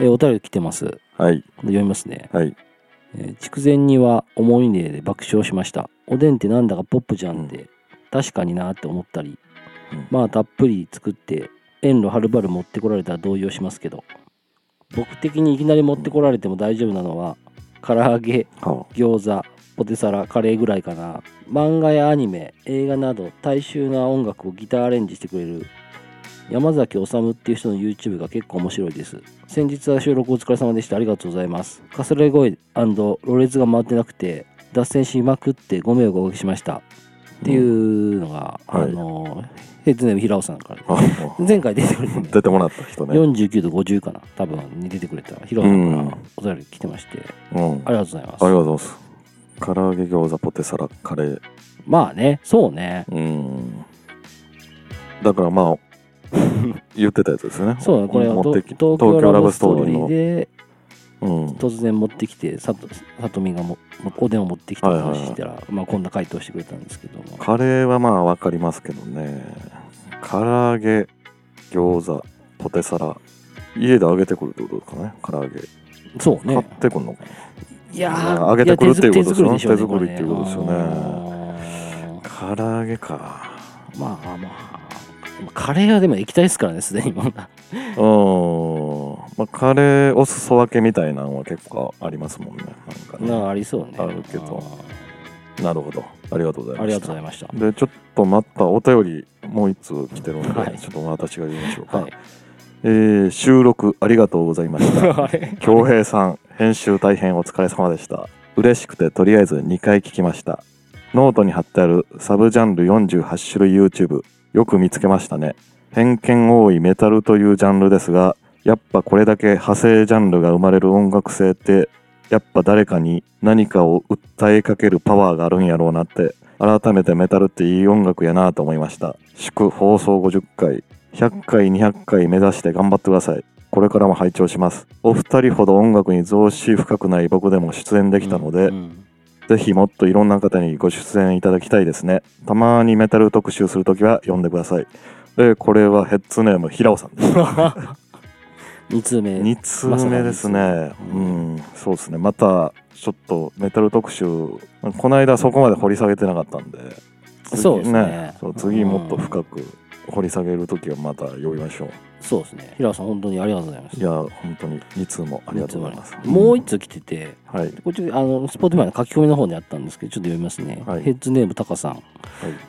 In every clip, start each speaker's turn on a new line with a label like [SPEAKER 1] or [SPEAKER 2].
[SPEAKER 1] えーお便り来てます。
[SPEAKER 2] はい。
[SPEAKER 1] 読みますね。
[SPEAKER 2] はい。
[SPEAKER 1] えー筑前煮は思い出で爆笑しました。おでんってなんだかポップじゃんって、確かになって思ったり、
[SPEAKER 2] うん
[SPEAKER 1] まあたっぷり作って、遠路はるばる持ってこられたら動揺しますけど、僕的にいきなり持ってこられても大丈夫なのは、唐揚げ、
[SPEAKER 2] は
[SPEAKER 1] 餃子ポテサラカレーぐらいかな漫画やアニメ映画など大衆な音楽をギターアレンジしてくれる山崎治っていう人の YouTube が結構面白いです先日は収録お疲れ様でしたありがとうございますかすれ声ろれつが回ってなくて脱線しまくってご迷惑をおかけしましたっていうのが、
[SPEAKER 2] うんはい
[SPEAKER 1] あのヘッズネーム平尾さんからね
[SPEAKER 2] あ。 あ
[SPEAKER 1] 前回出てくれて
[SPEAKER 2] 出てもらった人ね。
[SPEAKER 1] 49と50かな多分に出てくれた平尾さんからお便り来てまして、
[SPEAKER 2] うん。
[SPEAKER 1] ありがとうございます
[SPEAKER 2] ありがとうございます。唐揚げ餃子ポテサラカレー。
[SPEAKER 1] まあね、そうね。
[SPEAKER 2] うん。だからまあ 言ってたやつですね。
[SPEAKER 1] そうだね、これは
[SPEAKER 2] 持
[SPEAKER 1] と
[SPEAKER 2] ってき
[SPEAKER 1] 東京ラブストーリー
[SPEAKER 2] の。
[SPEAKER 1] で
[SPEAKER 2] うん。
[SPEAKER 1] 突然持ってきて、さとさとみがももおでんを持ってきた
[SPEAKER 2] はいはいはい
[SPEAKER 1] 話したら、まあこんな回答してくれたんですけども。
[SPEAKER 2] カレーはまあわかりますけどね。唐揚げ餃子ポテサラ家で揚げてくるってことですかね。唐揚げ
[SPEAKER 1] そう
[SPEAKER 2] 買っ
[SPEAKER 1] ね。
[SPEAKER 2] てくるのかな。
[SPEAKER 1] いや
[SPEAKER 2] 揚げてくるっていうことですよ
[SPEAKER 1] 手
[SPEAKER 2] ね
[SPEAKER 1] 作り
[SPEAKER 2] 手作りっていうことですよね
[SPEAKER 1] ねこれね
[SPEAKER 2] 唐揚げか。
[SPEAKER 1] あーまあまあ。カレーはでも液体ですからね、すでにもう。
[SPEAKER 2] うん。まあ、カレーお裾分けみたいなのは結構ありますもんね。なんかね
[SPEAKER 1] なんかありそうね。
[SPEAKER 2] あるけどなるほど。ありがとうござ
[SPEAKER 1] あ
[SPEAKER 2] い
[SPEAKER 1] ー。あ
[SPEAKER 2] ました。
[SPEAKER 1] りがとうございました。
[SPEAKER 2] で、ちょっと待ったお便り、もう一通来てるんで、
[SPEAKER 1] はい
[SPEAKER 2] ちょっと私が言いましょうか。
[SPEAKER 1] はい。
[SPEAKER 2] えー収録ありがとうございまし た。
[SPEAKER 1] あれ
[SPEAKER 2] 恭平さん、編集大変お疲れ様でした。嬉しくてとりあえず2回聞きました。ノートに貼ってあるサブジャンル48種類 YouTube、よく見つけましたね。偏見多いメタルというジャンルですが、やっぱこれだけ派生ジャンルが生まれる音楽性って、やっぱ誰かに何かを訴えかけるパワーがあるんやろうなって、改めてメタルっていい音楽やなと思いました。祝放送50回、100回200回目指して頑張ってください。これからも拝聴します。お二人ほど音楽に増資深くない僕でも出演できたので、
[SPEAKER 1] うん
[SPEAKER 2] ぜひもっといろんな方にご出演いただきたいですね。たまにメタル特集するときは読んでください。で、これはヘッツネーム平尾さんです。
[SPEAKER 1] 二通目。
[SPEAKER 2] 2通目ですね。う
[SPEAKER 1] うん
[SPEAKER 2] ん、そうですね。また、ちょっとメタル特集、この間そこまで掘り下げてなかったんで、次
[SPEAKER 1] そうですね
[SPEAKER 2] そう次もっと深く掘り下げるときはまた呼びましょう。
[SPEAKER 1] そうですね。平尾さん、本当にありがとうございます
[SPEAKER 2] い。や、本当に2通もありがとうございます。
[SPEAKER 1] もう一
[SPEAKER 2] 通
[SPEAKER 1] 通来てて、
[SPEAKER 2] はい。
[SPEAKER 1] こっち、あの、スポーツ前の書き込みの方にあったんですけど、ちょっと読みますね。
[SPEAKER 2] はい
[SPEAKER 1] ヘッズネーム、タカさん。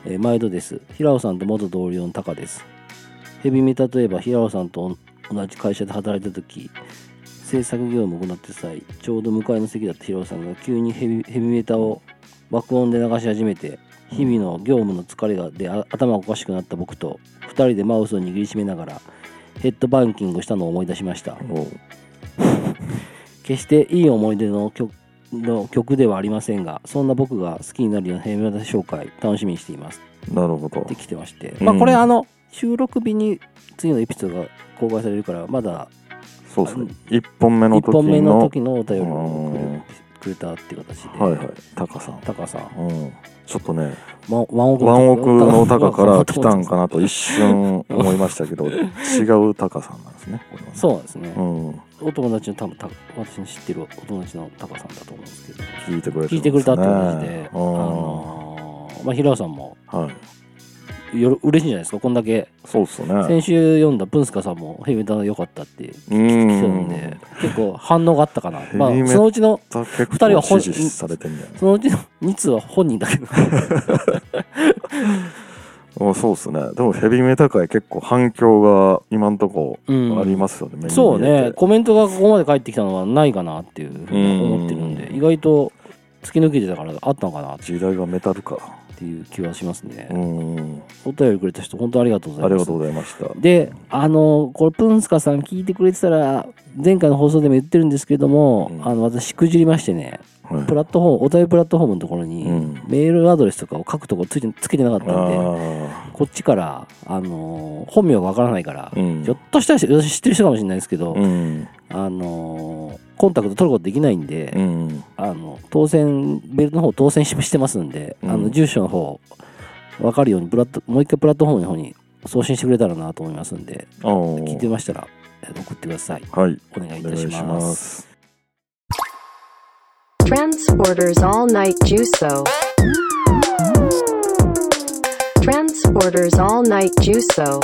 [SPEAKER 1] えー毎度です。平尾さんと元同僚のタカです。ヘビメタといえば、平尾さんと同じ会社で働いた時、制作業務を行ってた際、ちょうど向かいの席だった平尾さんが急にヘビヘビメタを爆音で流し始めて、日々の業務の疲れがであ頭がおかしくなった僕と、2人でマウスを握りしめながら、ヘッドバンキングしたのを思い出しました。
[SPEAKER 2] おう
[SPEAKER 1] 決していい思い出の曲の曲ではありませんがそんな僕が好きになるような平面紹介楽しみにしています
[SPEAKER 2] なるほど
[SPEAKER 1] って。来てまして、
[SPEAKER 2] うん
[SPEAKER 1] まあこれあの収録日に次のエピソードが公開されるからまだ
[SPEAKER 2] そうですね。1本目の
[SPEAKER 1] 1
[SPEAKER 2] 時の。
[SPEAKER 1] 本目の時のお便りをくれ
[SPEAKER 2] うん
[SPEAKER 1] くれたっていう形で、
[SPEAKER 2] はいはい。タカさん。
[SPEAKER 1] タカさん
[SPEAKER 2] うん。ちょっとね、
[SPEAKER 1] ワンワンオク
[SPEAKER 2] ワンオクのタ カから来たん
[SPEAKER 1] な
[SPEAKER 2] かなと一瞬思いましたけ ど、違うタカさんなんですね。これはね
[SPEAKER 1] そうなんですね、
[SPEAKER 2] うん。
[SPEAKER 1] お友達の多分タカ私の知ってるお友達のタカさんだと思うんですけど
[SPEAKER 2] 聞いてくれて
[SPEAKER 1] 聞いてくれたって
[SPEAKER 2] 感
[SPEAKER 1] 感
[SPEAKER 2] じ
[SPEAKER 1] じで、あ
[SPEAKER 2] は
[SPEAKER 1] のーまあ、平尾さんも
[SPEAKER 2] い。
[SPEAKER 1] よろ嬉しいんじゃないですかこんだけ
[SPEAKER 2] そうですね。
[SPEAKER 1] 先週読んだプンスカさんもヘビメタ良かったって
[SPEAKER 2] う
[SPEAKER 1] 来てるん
[SPEAKER 2] ん
[SPEAKER 1] で。、結構反応があったかな
[SPEAKER 2] ヘ。ビ
[SPEAKER 1] まあ
[SPEAKER 2] メ、タ
[SPEAKER 1] そのうちの、
[SPEAKER 2] 結
[SPEAKER 1] 二人
[SPEAKER 2] 構
[SPEAKER 1] は本
[SPEAKER 2] 支持されてんじゃない
[SPEAKER 1] その うちの2通は本人だけど。
[SPEAKER 2] うんそうですね。でもヘビメタ界結構反響が今んとこ
[SPEAKER 1] うん。
[SPEAKER 2] ありますよね。目に見えて
[SPEAKER 1] そうね、。コメントがここまで返ってきたのはないかなっていうふうに思ってるん
[SPEAKER 2] う
[SPEAKER 1] で、
[SPEAKER 2] ん
[SPEAKER 1] 意外と突き抜けてたからあったのかなっ
[SPEAKER 2] 時代はメタルか。
[SPEAKER 1] ていう気はしますね
[SPEAKER 2] う。ん。
[SPEAKER 1] お便りくれた人、本当ありがとうござい
[SPEAKER 2] あり
[SPEAKER 1] ま
[SPEAKER 2] が
[SPEAKER 1] す
[SPEAKER 2] と。うございました。
[SPEAKER 1] で、あの、これ、プンスカさん聞いてくれてたら、前回の放送でも言ってるんですけども
[SPEAKER 2] う、ん
[SPEAKER 1] あの、私、しくじりましてね、
[SPEAKER 2] はい
[SPEAKER 1] プラットフォーム、お便りプラットフォームのところに、
[SPEAKER 2] うん
[SPEAKER 1] メールアドレスとかを書くとこついてつけてなかったんで、
[SPEAKER 2] あ
[SPEAKER 1] こっちから、あのー本名がわからないから、
[SPEAKER 2] ーうん
[SPEAKER 1] ひょっとしたら私知ってる人かもしれないですけど、
[SPEAKER 2] うん
[SPEAKER 1] あのーコンタクト取ることできないんで、
[SPEAKER 2] うん
[SPEAKER 1] あの当選、ベルトの方当選ししてますんで、
[SPEAKER 2] うん
[SPEAKER 1] あの住所の方、わかるようにプラット、もう一回プラットフォームの方に送信してくれたらなと思いますんで、
[SPEAKER 2] あー
[SPEAKER 1] 聞いてましたら、えー送ってください。
[SPEAKER 2] はい。
[SPEAKER 1] お願いい
[SPEAKER 2] お
[SPEAKER 1] た
[SPEAKER 2] 願い
[SPEAKER 1] し
[SPEAKER 2] し
[SPEAKER 1] ま。
[SPEAKER 2] ますす。
[SPEAKER 3] Transporters All Night Juso. Transporters All Night Juso.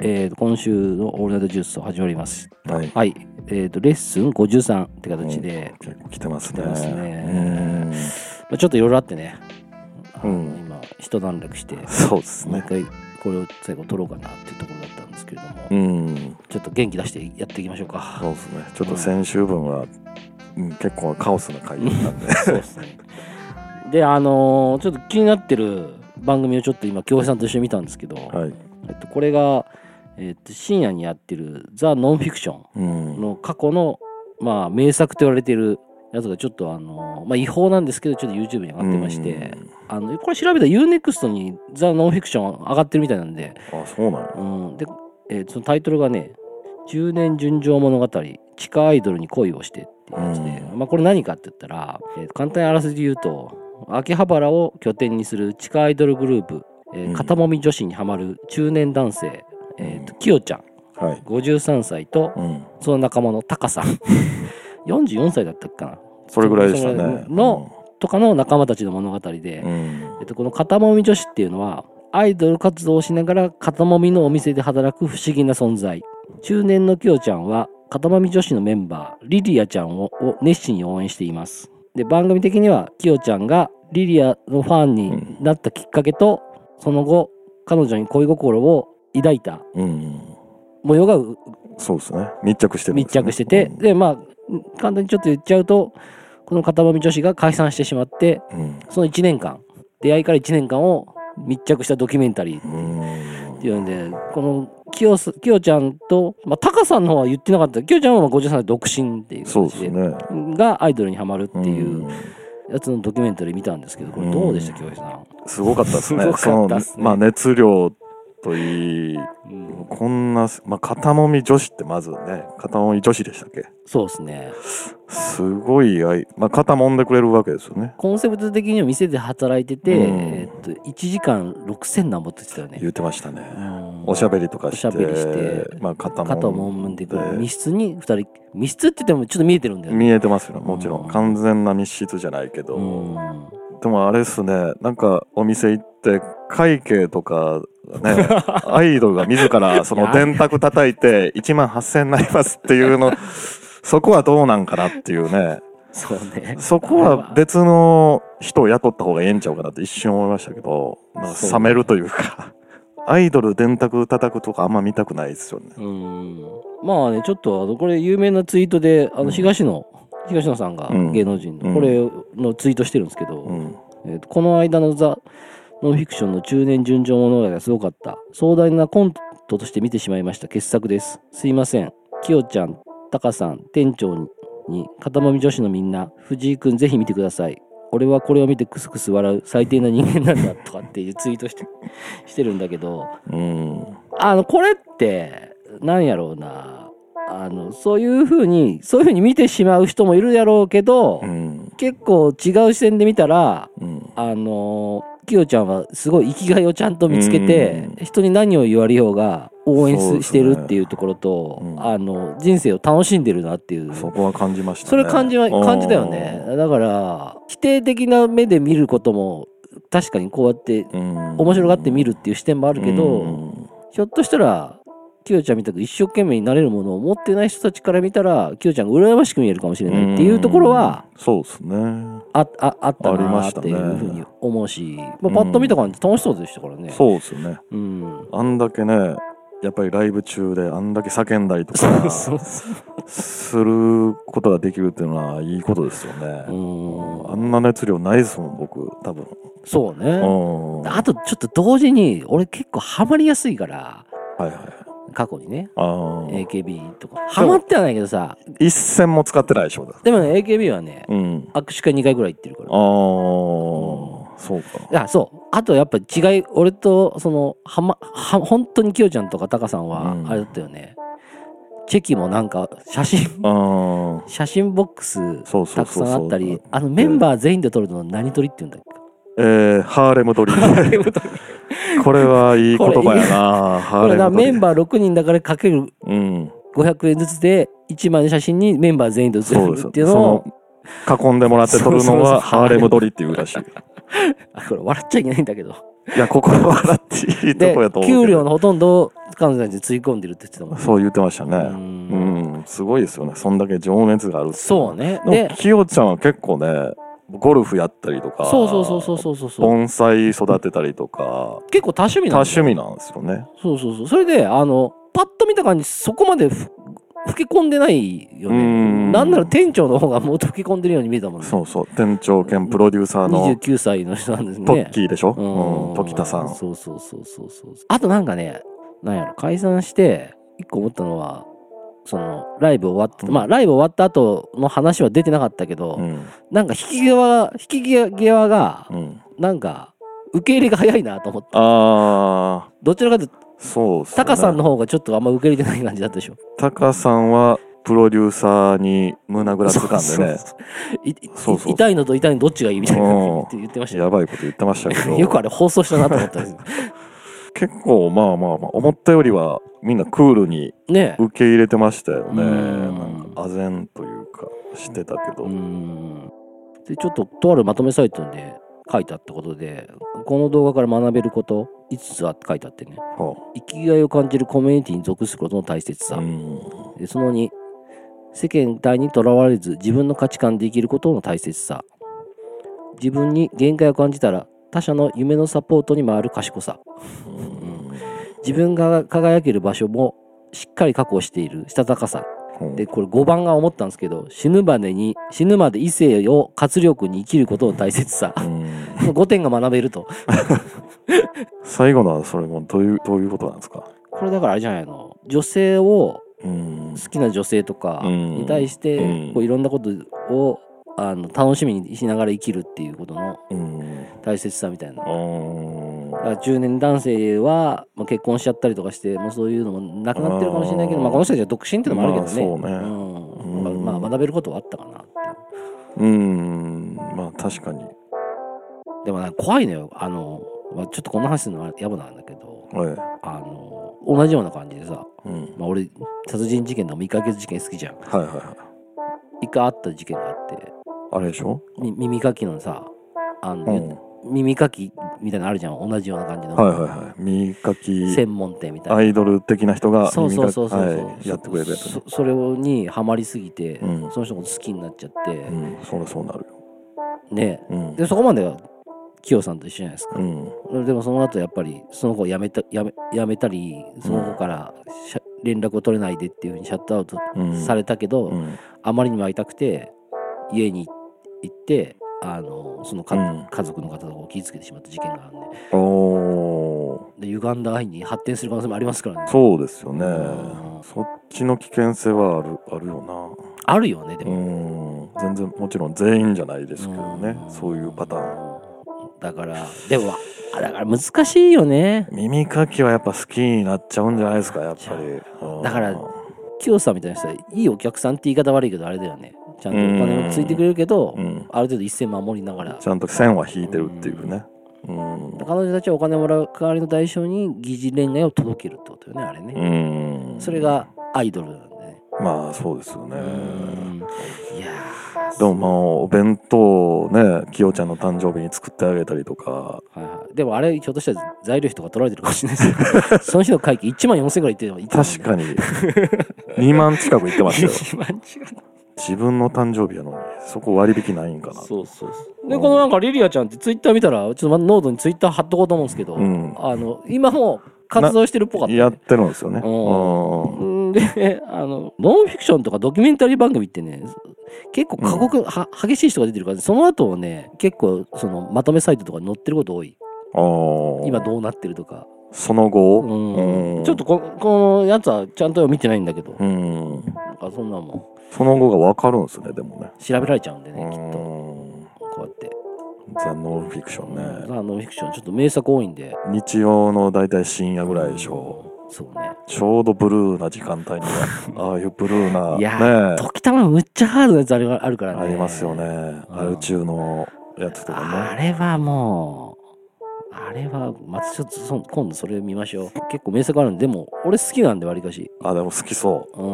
[SPEAKER 1] えーと今週のオールナイトジュースを始まります。
[SPEAKER 2] はい。
[SPEAKER 1] はい。えっ、と、レッスン53って形で、
[SPEAKER 2] 結構来てます
[SPEAKER 1] 来
[SPEAKER 2] ね。
[SPEAKER 1] てますね
[SPEAKER 2] うん
[SPEAKER 1] まあ、ちょっといろいろあってね、あの
[SPEAKER 2] うん
[SPEAKER 1] 今、一段落して、
[SPEAKER 2] そうです
[SPEAKER 1] もう一回
[SPEAKER 2] ね。
[SPEAKER 1] これを最後撮ろうかなっていうところだったんですけれども、
[SPEAKER 2] うん。
[SPEAKER 1] ちょっと元気出してやっていきましょうか。
[SPEAKER 2] そうですね。ちょっと先週分は、うん、結構カオスな回だったんで。
[SPEAKER 1] そうですね。で、あのーちょっと気になってる番組をちょっと今、京平さんと一緒に見たんですけど、
[SPEAKER 2] はい。
[SPEAKER 1] えっと、これが、えっと、深夜にやってるザ・ノンフィクショ
[SPEAKER 2] うん
[SPEAKER 1] ン。の過去の、まあ、名作と言われてるやつがちょっと、あのーまあ、違法なんですけど、ちょっと YouTube に上がってまして、あの、これ調べたら Unext にザ・ノンフィクション上がってるみたいなんで、
[SPEAKER 2] うん。あ、そうなの
[SPEAKER 1] うん、で、えーそのタイトルがね、10年純情物語、地下アイドルに恋をしてっていうやつで、
[SPEAKER 2] う
[SPEAKER 1] まあこれ何かって言ったら、えー簡単にあらすじ言うと、秋葉原を拠点にする地下アイドルグループ、えー
[SPEAKER 2] うん
[SPEAKER 1] 片もみ女子にハマる中年男性、えーと、きよちゃん、
[SPEAKER 2] はい。
[SPEAKER 1] 53歳と、
[SPEAKER 2] うん。
[SPEAKER 1] その仲間のタカさ ん、44歳だったっけかな、
[SPEAKER 2] それぐらいでしたね。
[SPEAKER 1] のとかの仲間たちの物語で、
[SPEAKER 2] うん、
[SPEAKER 1] えっと、この片もみ女子っていうのはアイドル活動をしながら片もみのお店で働く不思議な存在中年のきよちゃんは片もみ女子のメンバーリリアちゃんをを熱心に応援していますで番組的にはきよちゃんがリリアのファンになったきっかけと、その後彼女に恋心を抱いた
[SPEAKER 2] うん。うん
[SPEAKER 1] 模様がう
[SPEAKER 2] そうですね。密着してるんで
[SPEAKER 1] 密
[SPEAKER 2] すね
[SPEAKER 1] 着してて、でまあ簡単にちょっと言っちゃうとこの片もみ女子が解散してしまって
[SPEAKER 2] うん。
[SPEAKER 1] その1年間出会いから1年間を密着したドキュメンタリー
[SPEAKER 2] うん
[SPEAKER 1] っ。ていうんで、このきよすきよちゃんと、まあ、タカさんの方は言ってなかった、きよちゃんはまあ53歳独身っていう
[SPEAKER 2] そう
[SPEAKER 1] 感じ
[SPEAKER 2] です
[SPEAKER 1] で、
[SPEAKER 2] ね。
[SPEAKER 1] がアイドルにはまるってい
[SPEAKER 2] ん
[SPEAKER 1] う。やつのドキュメンタリー見たんですけど、これどうでした、
[SPEAKER 2] うん
[SPEAKER 1] きよさん。
[SPEAKER 2] すごかったですね。
[SPEAKER 1] すごかったっすね
[SPEAKER 2] そのまあ熱量といい、
[SPEAKER 1] うん
[SPEAKER 2] こんな、まあ、肩もみ女子ってまずね、肩もみ女子でしたっけ
[SPEAKER 1] そうですね。
[SPEAKER 2] すごい愛、まあ、肩もんでくれるわけですよね。
[SPEAKER 1] コンセプト的には店で働いてて、
[SPEAKER 2] うん
[SPEAKER 1] えっと、1時間6000何ぼって言ってたよね。
[SPEAKER 2] 言ってましたね。
[SPEAKER 1] うん
[SPEAKER 2] おしゃべりとかして、
[SPEAKER 1] おしゃべりして
[SPEAKER 2] まあ、肩もん。
[SPEAKER 1] 肩をもんむんでくる
[SPEAKER 2] で
[SPEAKER 1] 密室に2人、密室って言ってもちょっと見えてるんだよね。
[SPEAKER 2] 見えてますよ、もちろ
[SPEAKER 1] うん
[SPEAKER 2] ん。完全な密室じゃないけど。
[SPEAKER 1] うん
[SPEAKER 2] でもあれですね、なんかお店行って、会計とか、ね、 アイドルが自らその電卓叩いて1万8000になりますってい うの、そこはどうなんかなっていうね。
[SPEAKER 1] そうね。
[SPEAKER 2] そこは別の人を雇った方がええんちゃうかなって一瞬思いましたけど、なんか冷めるというか、アイドル電卓叩くとかあんま見たくないですよね。
[SPEAKER 1] うんまあねちょっとあのこれ有名なツイートであ
[SPEAKER 2] う
[SPEAKER 1] の
[SPEAKER 2] ん
[SPEAKER 1] 東野、東野さんが
[SPEAKER 2] うん
[SPEAKER 1] 芸能人の、
[SPEAKER 2] うん
[SPEAKER 1] これのツイートしてるんですけど、
[SPEAKER 2] うん。
[SPEAKER 1] えーとこの間の「ザ・ノンフィクション」の中年純情物語がすごかった壮大なコントとして見てしまいました傑作ですすいませんきよちゃんタカさん店長にに片もみ女子のみんな藤井くんぜひ見てください俺はこれを見てクスクス笑う最低な人間なんだとかっていうツイートしてしてるんだけど
[SPEAKER 2] うん。
[SPEAKER 1] あの、これって、なんやろうな。あの、そういうふうに、そういうふうに見てしまう人もいるやろうけど、
[SPEAKER 2] うん。
[SPEAKER 1] 結構違う視点で見たら、
[SPEAKER 2] うん。
[SPEAKER 1] あの、きよちゃんはすごい生きがいをちゃんと見つけて、
[SPEAKER 2] う
[SPEAKER 1] 人に何を言われようが応援す
[SPEAKER 2] そうですね
[SPEAKER 1] してるっていうところと、
[SPEAKER 2] うん
[SPEAKER 1] あの、人生を楽しんでるなっていう。
[SPEAKER 2] そこは感じましたね。
[SPEAKER 1] それ感じは、感じだよね。だから、否定的な目で見ることも、確かにこうやって
[SPEAKER 2] うん。
[SPEAKER 1] 面白がって見
[SPEAKER 2] る
[SPEAKER 1] るっていう視点もあるけど、ひょっとしたら、きよちゃんみたく一生懸命になれるものを持ってない人たちから見たら、きよちゃんが羨ましく見えるかもしれないっていうところは、
[SPEAKER 2] うん、そうですね。
[SPEAKER 1] あああった
[SPEAKER 2] あり
[SPEAKER 1] な
[SPEAKER 2] ま
[SPEAKER 1] ー
[SPEAKER 2] し
[SPEAKER 1] ったて
[SPEAKER 2] ね
[SPEAKER 1] いうふうに思うし、まあ、パッと見た感じ楽しそうでしたからね。
[SPEAKER 2] そうですよね。
[SPEAKER 1] うん。
[SPEAKER 2] あんだけね、やっぱりライブ中であんだけ叫んだりと
[SPEAKER 1] そ
[SPEAKER 2] か
[SPEAKER 1] う そうそう。
[SPEAKER 2] することができるっていうのはいいことですよ
[SPEAKER 1] う
[SPEAKER 2] ね。
[SPEAKER 1] ん
[SPEAKER 2] あんな熱量ないですもん、僕、多分。
[SPEAKER 1] そう
[SPEAKER 2] う
[SPEAKER 1] ね。
[SPEAKER 2] ん。は
[SPEAKER 1] あとちょっと同時に、俺結構ハマりやすいから、
[SPEAKER 2] いはい。
[SPEAKER 1] 過去にね、
[SPEAKER 2] ああ。
[SPEAKER 1] AKB とか。ハマってはないけどさ、
[SPEAKER 2] 一銭も使ってないでしょ、だって
[SPEAKER 1] でもね、AKB はね、
[SPEAKER 2] うん。
[SPEAKER 1] 握手会2回ぐらい行ってるから
[SPEAKER 2] あ。あ、そうか。
[SPEAKER 1] あそうあとやっぱ違い俺とそのはまは本当にきよちゃんとかタカさんは
[SPEAKER 2] うん
[SPEAKER 1] あれだったよね、チェキもなんか写真
[SPEAKER 2] ああ、
[SPEAKER 1] 写真ボックス
[SPEAKER 2] そうそ
[SPEAKER 1] た
[SPEAKER 2] う
[SPEAKER 1] くさ
[SPEAKER 2] そうん
[SPEAKER 1] あ
[SPEAKER 2] そう。
[SPEAKER 1] ったりあのメンバー全員で撮るの何撮りって言うんだっけ
[SPEAKER 2] えー、ハーレム取り。 これはいい言葉やな ハ
[SPEAKER 1] こ
[SPEAKER 2] ーレ
[SPEAKER 1] れな
[SPEAKER 2] ム
[SPEAKER 1] メ
[SPEAKER 2] 取り
[SPEAKER 1] ン。バー6人だからかける
[SPEAKER 2] うん。
[SPEAKER 1] 500円ずつで1枚の写真にメンバー全員で写
[SPEAKER 2] そう
[SPEAKER 1] る
[SPEAKER 2] です。
[SPEAKER 1] っていう
[SPEAKER 2] そ
[SPEAKER 1] のを
[SPEAKER 2] の、囲んでもらって撮るの
[SPEAKER 1] そうそうそう
[SPEAKER 2] はハーレム取りっていうらしい。
[SPEAKER 1] あこれ笑っちゃいけないんだけど
[SPEAKER 2] いや、ここは笑っていいと
[SPEAKER 1] で
[SPEAKER 2] こやと思うけど。
[SPEAKER 1] 給料のほとんどを彼女たちにつぎ込んでるって言ってたもん
[SPEAKER 2] そう言ってましたね。
[SPEAKER 1] うん
[SPEAKER 2] うん、すごいですよね。そんだけ情熱があるってい
[SPEAKER 1] そうね
[SPEAKER 2] でも
[SPEAKER 1] で
[SPEAKER 2] きよちゃんは結構ね、ゴルフやったりとか、
[SPEAKER 1] そうそうそうそうそうそうそう
[SPEAKER 2] 盆栽育てたりとか、
[SPEAKER 1] 結構多趣味
[SPEAKER 2] 多
[SPEAKER 1] なんだよ
[SPEAKER 2] 趣味なんですよね。
[SPEAKER 1] そうそうそうそれであのパッと見た感じそこまでふ吹け込んでないよ
[SPEAKER 2] う
[SPEAKER 1] ね
[SPEAKER 2] ん
[SPEAKER 1] なんなら店長の方がもっと吹け込んでるように見えたもんね
[SPEAKER 2] そうそう、店長兼プロデューサーの
[SPEAKER 1] 29歳の人なんですね
[SPEAKER 2] トッキーでしょ、
[SPEAKER 1] う
[SPEAKER 2] うんん、時田さん。
[SPEAKER 1] そうそうそうそうそうあとなんかねなんやろ解散して一個思ったのはそのライブ終わった、
[SPEAKER 2] うん
[SPEAKER 1] まあライブ終わった後の話は出てなかったけど、
[SPEAKER 2] うん、
[SPEAKER 1] なんか引き際が引き際際が
[SPEAKER 2] うん。
[SPEAKER 1] なんか受け入れが早いなと思って
[SPEAKER 2] あ
[SPEAKER 1] どちらかというと
[SPEAKER 2] ー、そうですね。
[SPEAKER 1] タカさんの。方がちょっとあんま受け入れてない感じだったでしょ
[SPEAKER 2] タカさんは、プロデューサーに胸ぐらつかんでね、
[SPEAKER 1] いい
[SPEAKER 2] そうそう
[SPEAKER 1] 痛いのと痛いのどっちがいいみたいな
[SPEAKER 2] うん
[SPEAKER 1] って言ってました
[SPEAKER 2] やばいこと言ってましたけど。
[SPEAKER 1] よよくあれ放送したなと思ったんです
[SPEAKER 2] 結構まあまあまあ思ったよりはみんなクールに
[SPEAKER 1] ね え
[SPEAKER 2] 受け入れてましたよね
[SPEAKER 1] うん
[SPEAKER 2] なんか唖然というかしてたけど、
[SPEAKER 1] うーんでちょっととあるまとめサイトで書いたってことでこの動画から学べること5つあって書いてあってね
[SPEAKER 2] は
[SPEAKER 1] 生きがいを感じるコミュニティに属することの大切
[SPEAKER 2] あ
[SPEAKER 1] さ、
[SPEAKER 2] うん
[SPEAKER 1] でその2世間体にとらわれず自分の価値観で生きることの大切さ自分に限界を感じたら他者の夢のサポートに回る賢さ自分が輝ける場所もしっかり確保しているしたたかさ
[SPEAKER 2] うん
[SPEAKER 1] でこれ5番が思ったんですけど死ぬまでに死ぬまで異性を活力に生きることの大切さ
[SPEAKER 2] うん
[SPEAKER 1] 5点が学べると
[SPEAKER 2] 最後のはそれもどういうどういうことなんですか
[SPEAKER 1] これだからあれじゃないの女性を
[SPEAKER 2] うん
[SPEAKER 1] 好きな女性とか
[SPEAKER 2] うん
[SPEAKER 1] に対して
[SPEAKER 2] うん
[SPEAKER 1] こういろんなことをあの楽しみにしながら生きるっていうことの
[SPEAKER 2] うん
[SPEAKER 1] 大切さみたいな。だ
[SPEAKER 2] うん
[SPEAKER 1] から中年男性は、まあ、結婚しちゃったりとかしてもうそういうのもなくなってるかもしれないけど
[SPEAKER 2] あー
[SPEAKER 1] まあ、この人たちは独身っていうのもあるけどね,、
[SPEAKER 2] まあ
[SPEAKER 1] うんだ
[SPEAKER 2] ね
[SPEAKER 1] から
[SPEAKER 2] うん
[SPEAKER 1] まあ学べることはあったかなっていう
[SPEAKER 2] うんまあ確かに
[SPEAKER 1] でもなんか怖いのよ。あの、まあ、ちょっとこんな話するのはやぼなんだけど、
[SPEAKER 2] はい
[SPEAKER 1] あの、同じような感じでさ、
[SPEAKER 2] うん
[SPEAKER 1] まあ、俺、殺人事件でも未解決事件好きじゃん。
[SPEAKER 2] はいはいはい
[SPEAKER 1] 一回あった事件があって、
[SPEAKER 2] あれでしょ
[SPEAKER 1] み耳かきのさ、あの、
[SPEAKER 2] うん
[SPEAKER 1] 耳かきみたいなのあるじゃん。同じような感じの。
[SPEAKER 2] はいはいはい耳かき
[SPEAKER 1] 専門店みたいな。
[SPEAKER 2] アイドル的な人が
[SPEAKER 1] そう
[SPEAKER 2] 耳
[SPEAKER 1] そ
[SPEAKER 2] か
[SPEAKER 1] う
[SPEAKER 2] き
[SPEAKER 1] そうそうそう、
[SPEAKER 2] はいやってくれるやつね
[SPEAKER 1] そそれにハマりすぎて、
[SPEAKER 2] うん
[SPEAKER 1] その人のこと好きになっちゃって、
[SPEAKER 2] うん、そりゃそうなるよ。
[SPEAKER 1] ね
[SPEAKER 2] うん。
[SPEAKER 1] でそこまではキヨさんと一緒じゃないですか
[SPEAKER 2] うん。
[SPEAKER 1] でもその後やっぱりその子を辞めた辞め辞めたりその子からしゃ連絡を取れないでっていうふうにシャットアウト
[SPEAKER 2] うん。
[SPEAKER 1] されたけど、
[SPEAKER 2] うん。
[SPEAKER 1] あまりにも会いたくて家に行ってあのそのか、
[SPEAKER 2] うん
[SPEAKER 1] 家族の方を気をつけてしまった事件があるんで
[SPEAKER 2] おー
[SPEAKER 1] で歪んだ愛に発展する可能性もありますからね
[SPEAKER 2] そうですよね
[SPEAKER 1] うん。
[SPEAKER 2] そっちの危険性はある、あるよ
[SPEAKER 1] あるよねで
[SPEAKER 2] な。う
[SPEAKER 1] も、
[SPEAKER 2] ん。全然、もちろん全員じゃないですけどね。
[SPEAKER 1] ん
[SPEAKER 2] そういうパターン。
[SPEAKER 1] だからでもあだから難しいよね
[SPEAKER 2] 耳かきはやっぱ好きになっちゃうんじゃないですか、やっぱり。うん
[SPEAKER 1] だからキヨさんみたいな人はいいお客さんって言い方悪いけどあれだよねちゃんとお金もついてくれるけど、
[SPEAKER 2] うん。
[SPEAKER 1] ある程度一線守りながら
[SPEAKER 2] ちゃんと線は引いてるっていうね。うん。
[SPEAKER 1] 彼女たちはお金をもらう代わりの代償に疑似恋愛を届けるってことよねあれね、
[SPEAKER 2] うん。
[SPEAKER 1] それ。がアイドルなんでね、
[SPEAKER 2] まあ、そうですよね。
[SPEAKER 1] いや
[SPEAKER 2] でももう、お弁当をね、きよちゃんの誕生日に作ってあげたりとか、
[SPEAKER 1] ー、はいはい、でもあれひょっとしたら材料費とか取られてるかもしれないです よその日の会計1万4000円ぐらいいってるの
[SPEAKER 2] 確 かに2万近く行ってましたよ
[SPEAKER 1] 1万違う
[SPEAKER 2] 自分の誕生日やのにそこ割引ないんかな
[SPEAKER 1] そうそうそうでこのなんかリリアちゃんってツイッター見たらちょっとまだノートにツイッター貼っとこうと思うんですけど、
[SPEAKER 2] うん
[SPEAKER 1] あの今も活動してるっぽかった、
[SPEAKER 2] やってるんですよね
[SPEAKER 1] う
[SPEAKER 2] うん
[SPEAKER 1] で、あの、ノンフィクションとかドキュメンタリー番組ってね、結構過酷、は激しい人が出てるから、その後をね、結構、その、まとめサイトとかに載ってること多い。
[SPEAKER 2] ん
[SPEAKER 1] 今
[SPEAKER 2] 今
[SPEAKER 1] どうなってるとか。
[SPEAKER 2] その後
[SPEAKER 1] う
[SPEAKER 2] うん
[SPEAKER 1] ん。ちょっとこ、このやつはちゃんとは見てないんだけど、
[SPEAKER 2] うん
[SPEAKER 1] なんかそんなも
[SPEAKER 2] その後が分かるんですねでもね
[SPEAKER 1] ん、調べられちゃうんで
[SPEAKER 2] う
[SPEAKER 1] ね、きっと、
[SPEAKER 2] ん
[SPEAKER 1] こうやって。
[SPEAKER 2] ザ・ノンフィクショ
[SPEAKER 1] うん
[SPEAKER 2] ンね
[SPEAKER 1] ザノンフィクション、ちょっと名作多いんで。
[SPEAKER 2] 日曜の大体深夜ぐらいでし
[SPEAKER 1] う
[SPEAKER 2] ょ
[SPEAKER 1] んそうね。
[SPEAKER 2] うちょうどブルーな時間帯に はああいうブルーない
[SPEAKER 1] やー、
[SPEAKER 2] ね
[SPEAKER 1] 時たまむっちゃハードなやつあるあるからね。
[SPEAKER 2] ありますよね
[SPEAKER 1] ん
[SPEAKER 2] あれ宇宙のやつと
[SPEAKER 1] あ
[SPEAKER 2] かね。
[SPEAKER 1] れはもう、あれは、まあ、ちょっとそ今度それ見ましょう。結構名作あるんで、でも、俺好きなんで、わりかし。
[SPEAKER 2] あ、でも好きそう。
[SPEAKER 1] う
[SPEAKER 2] う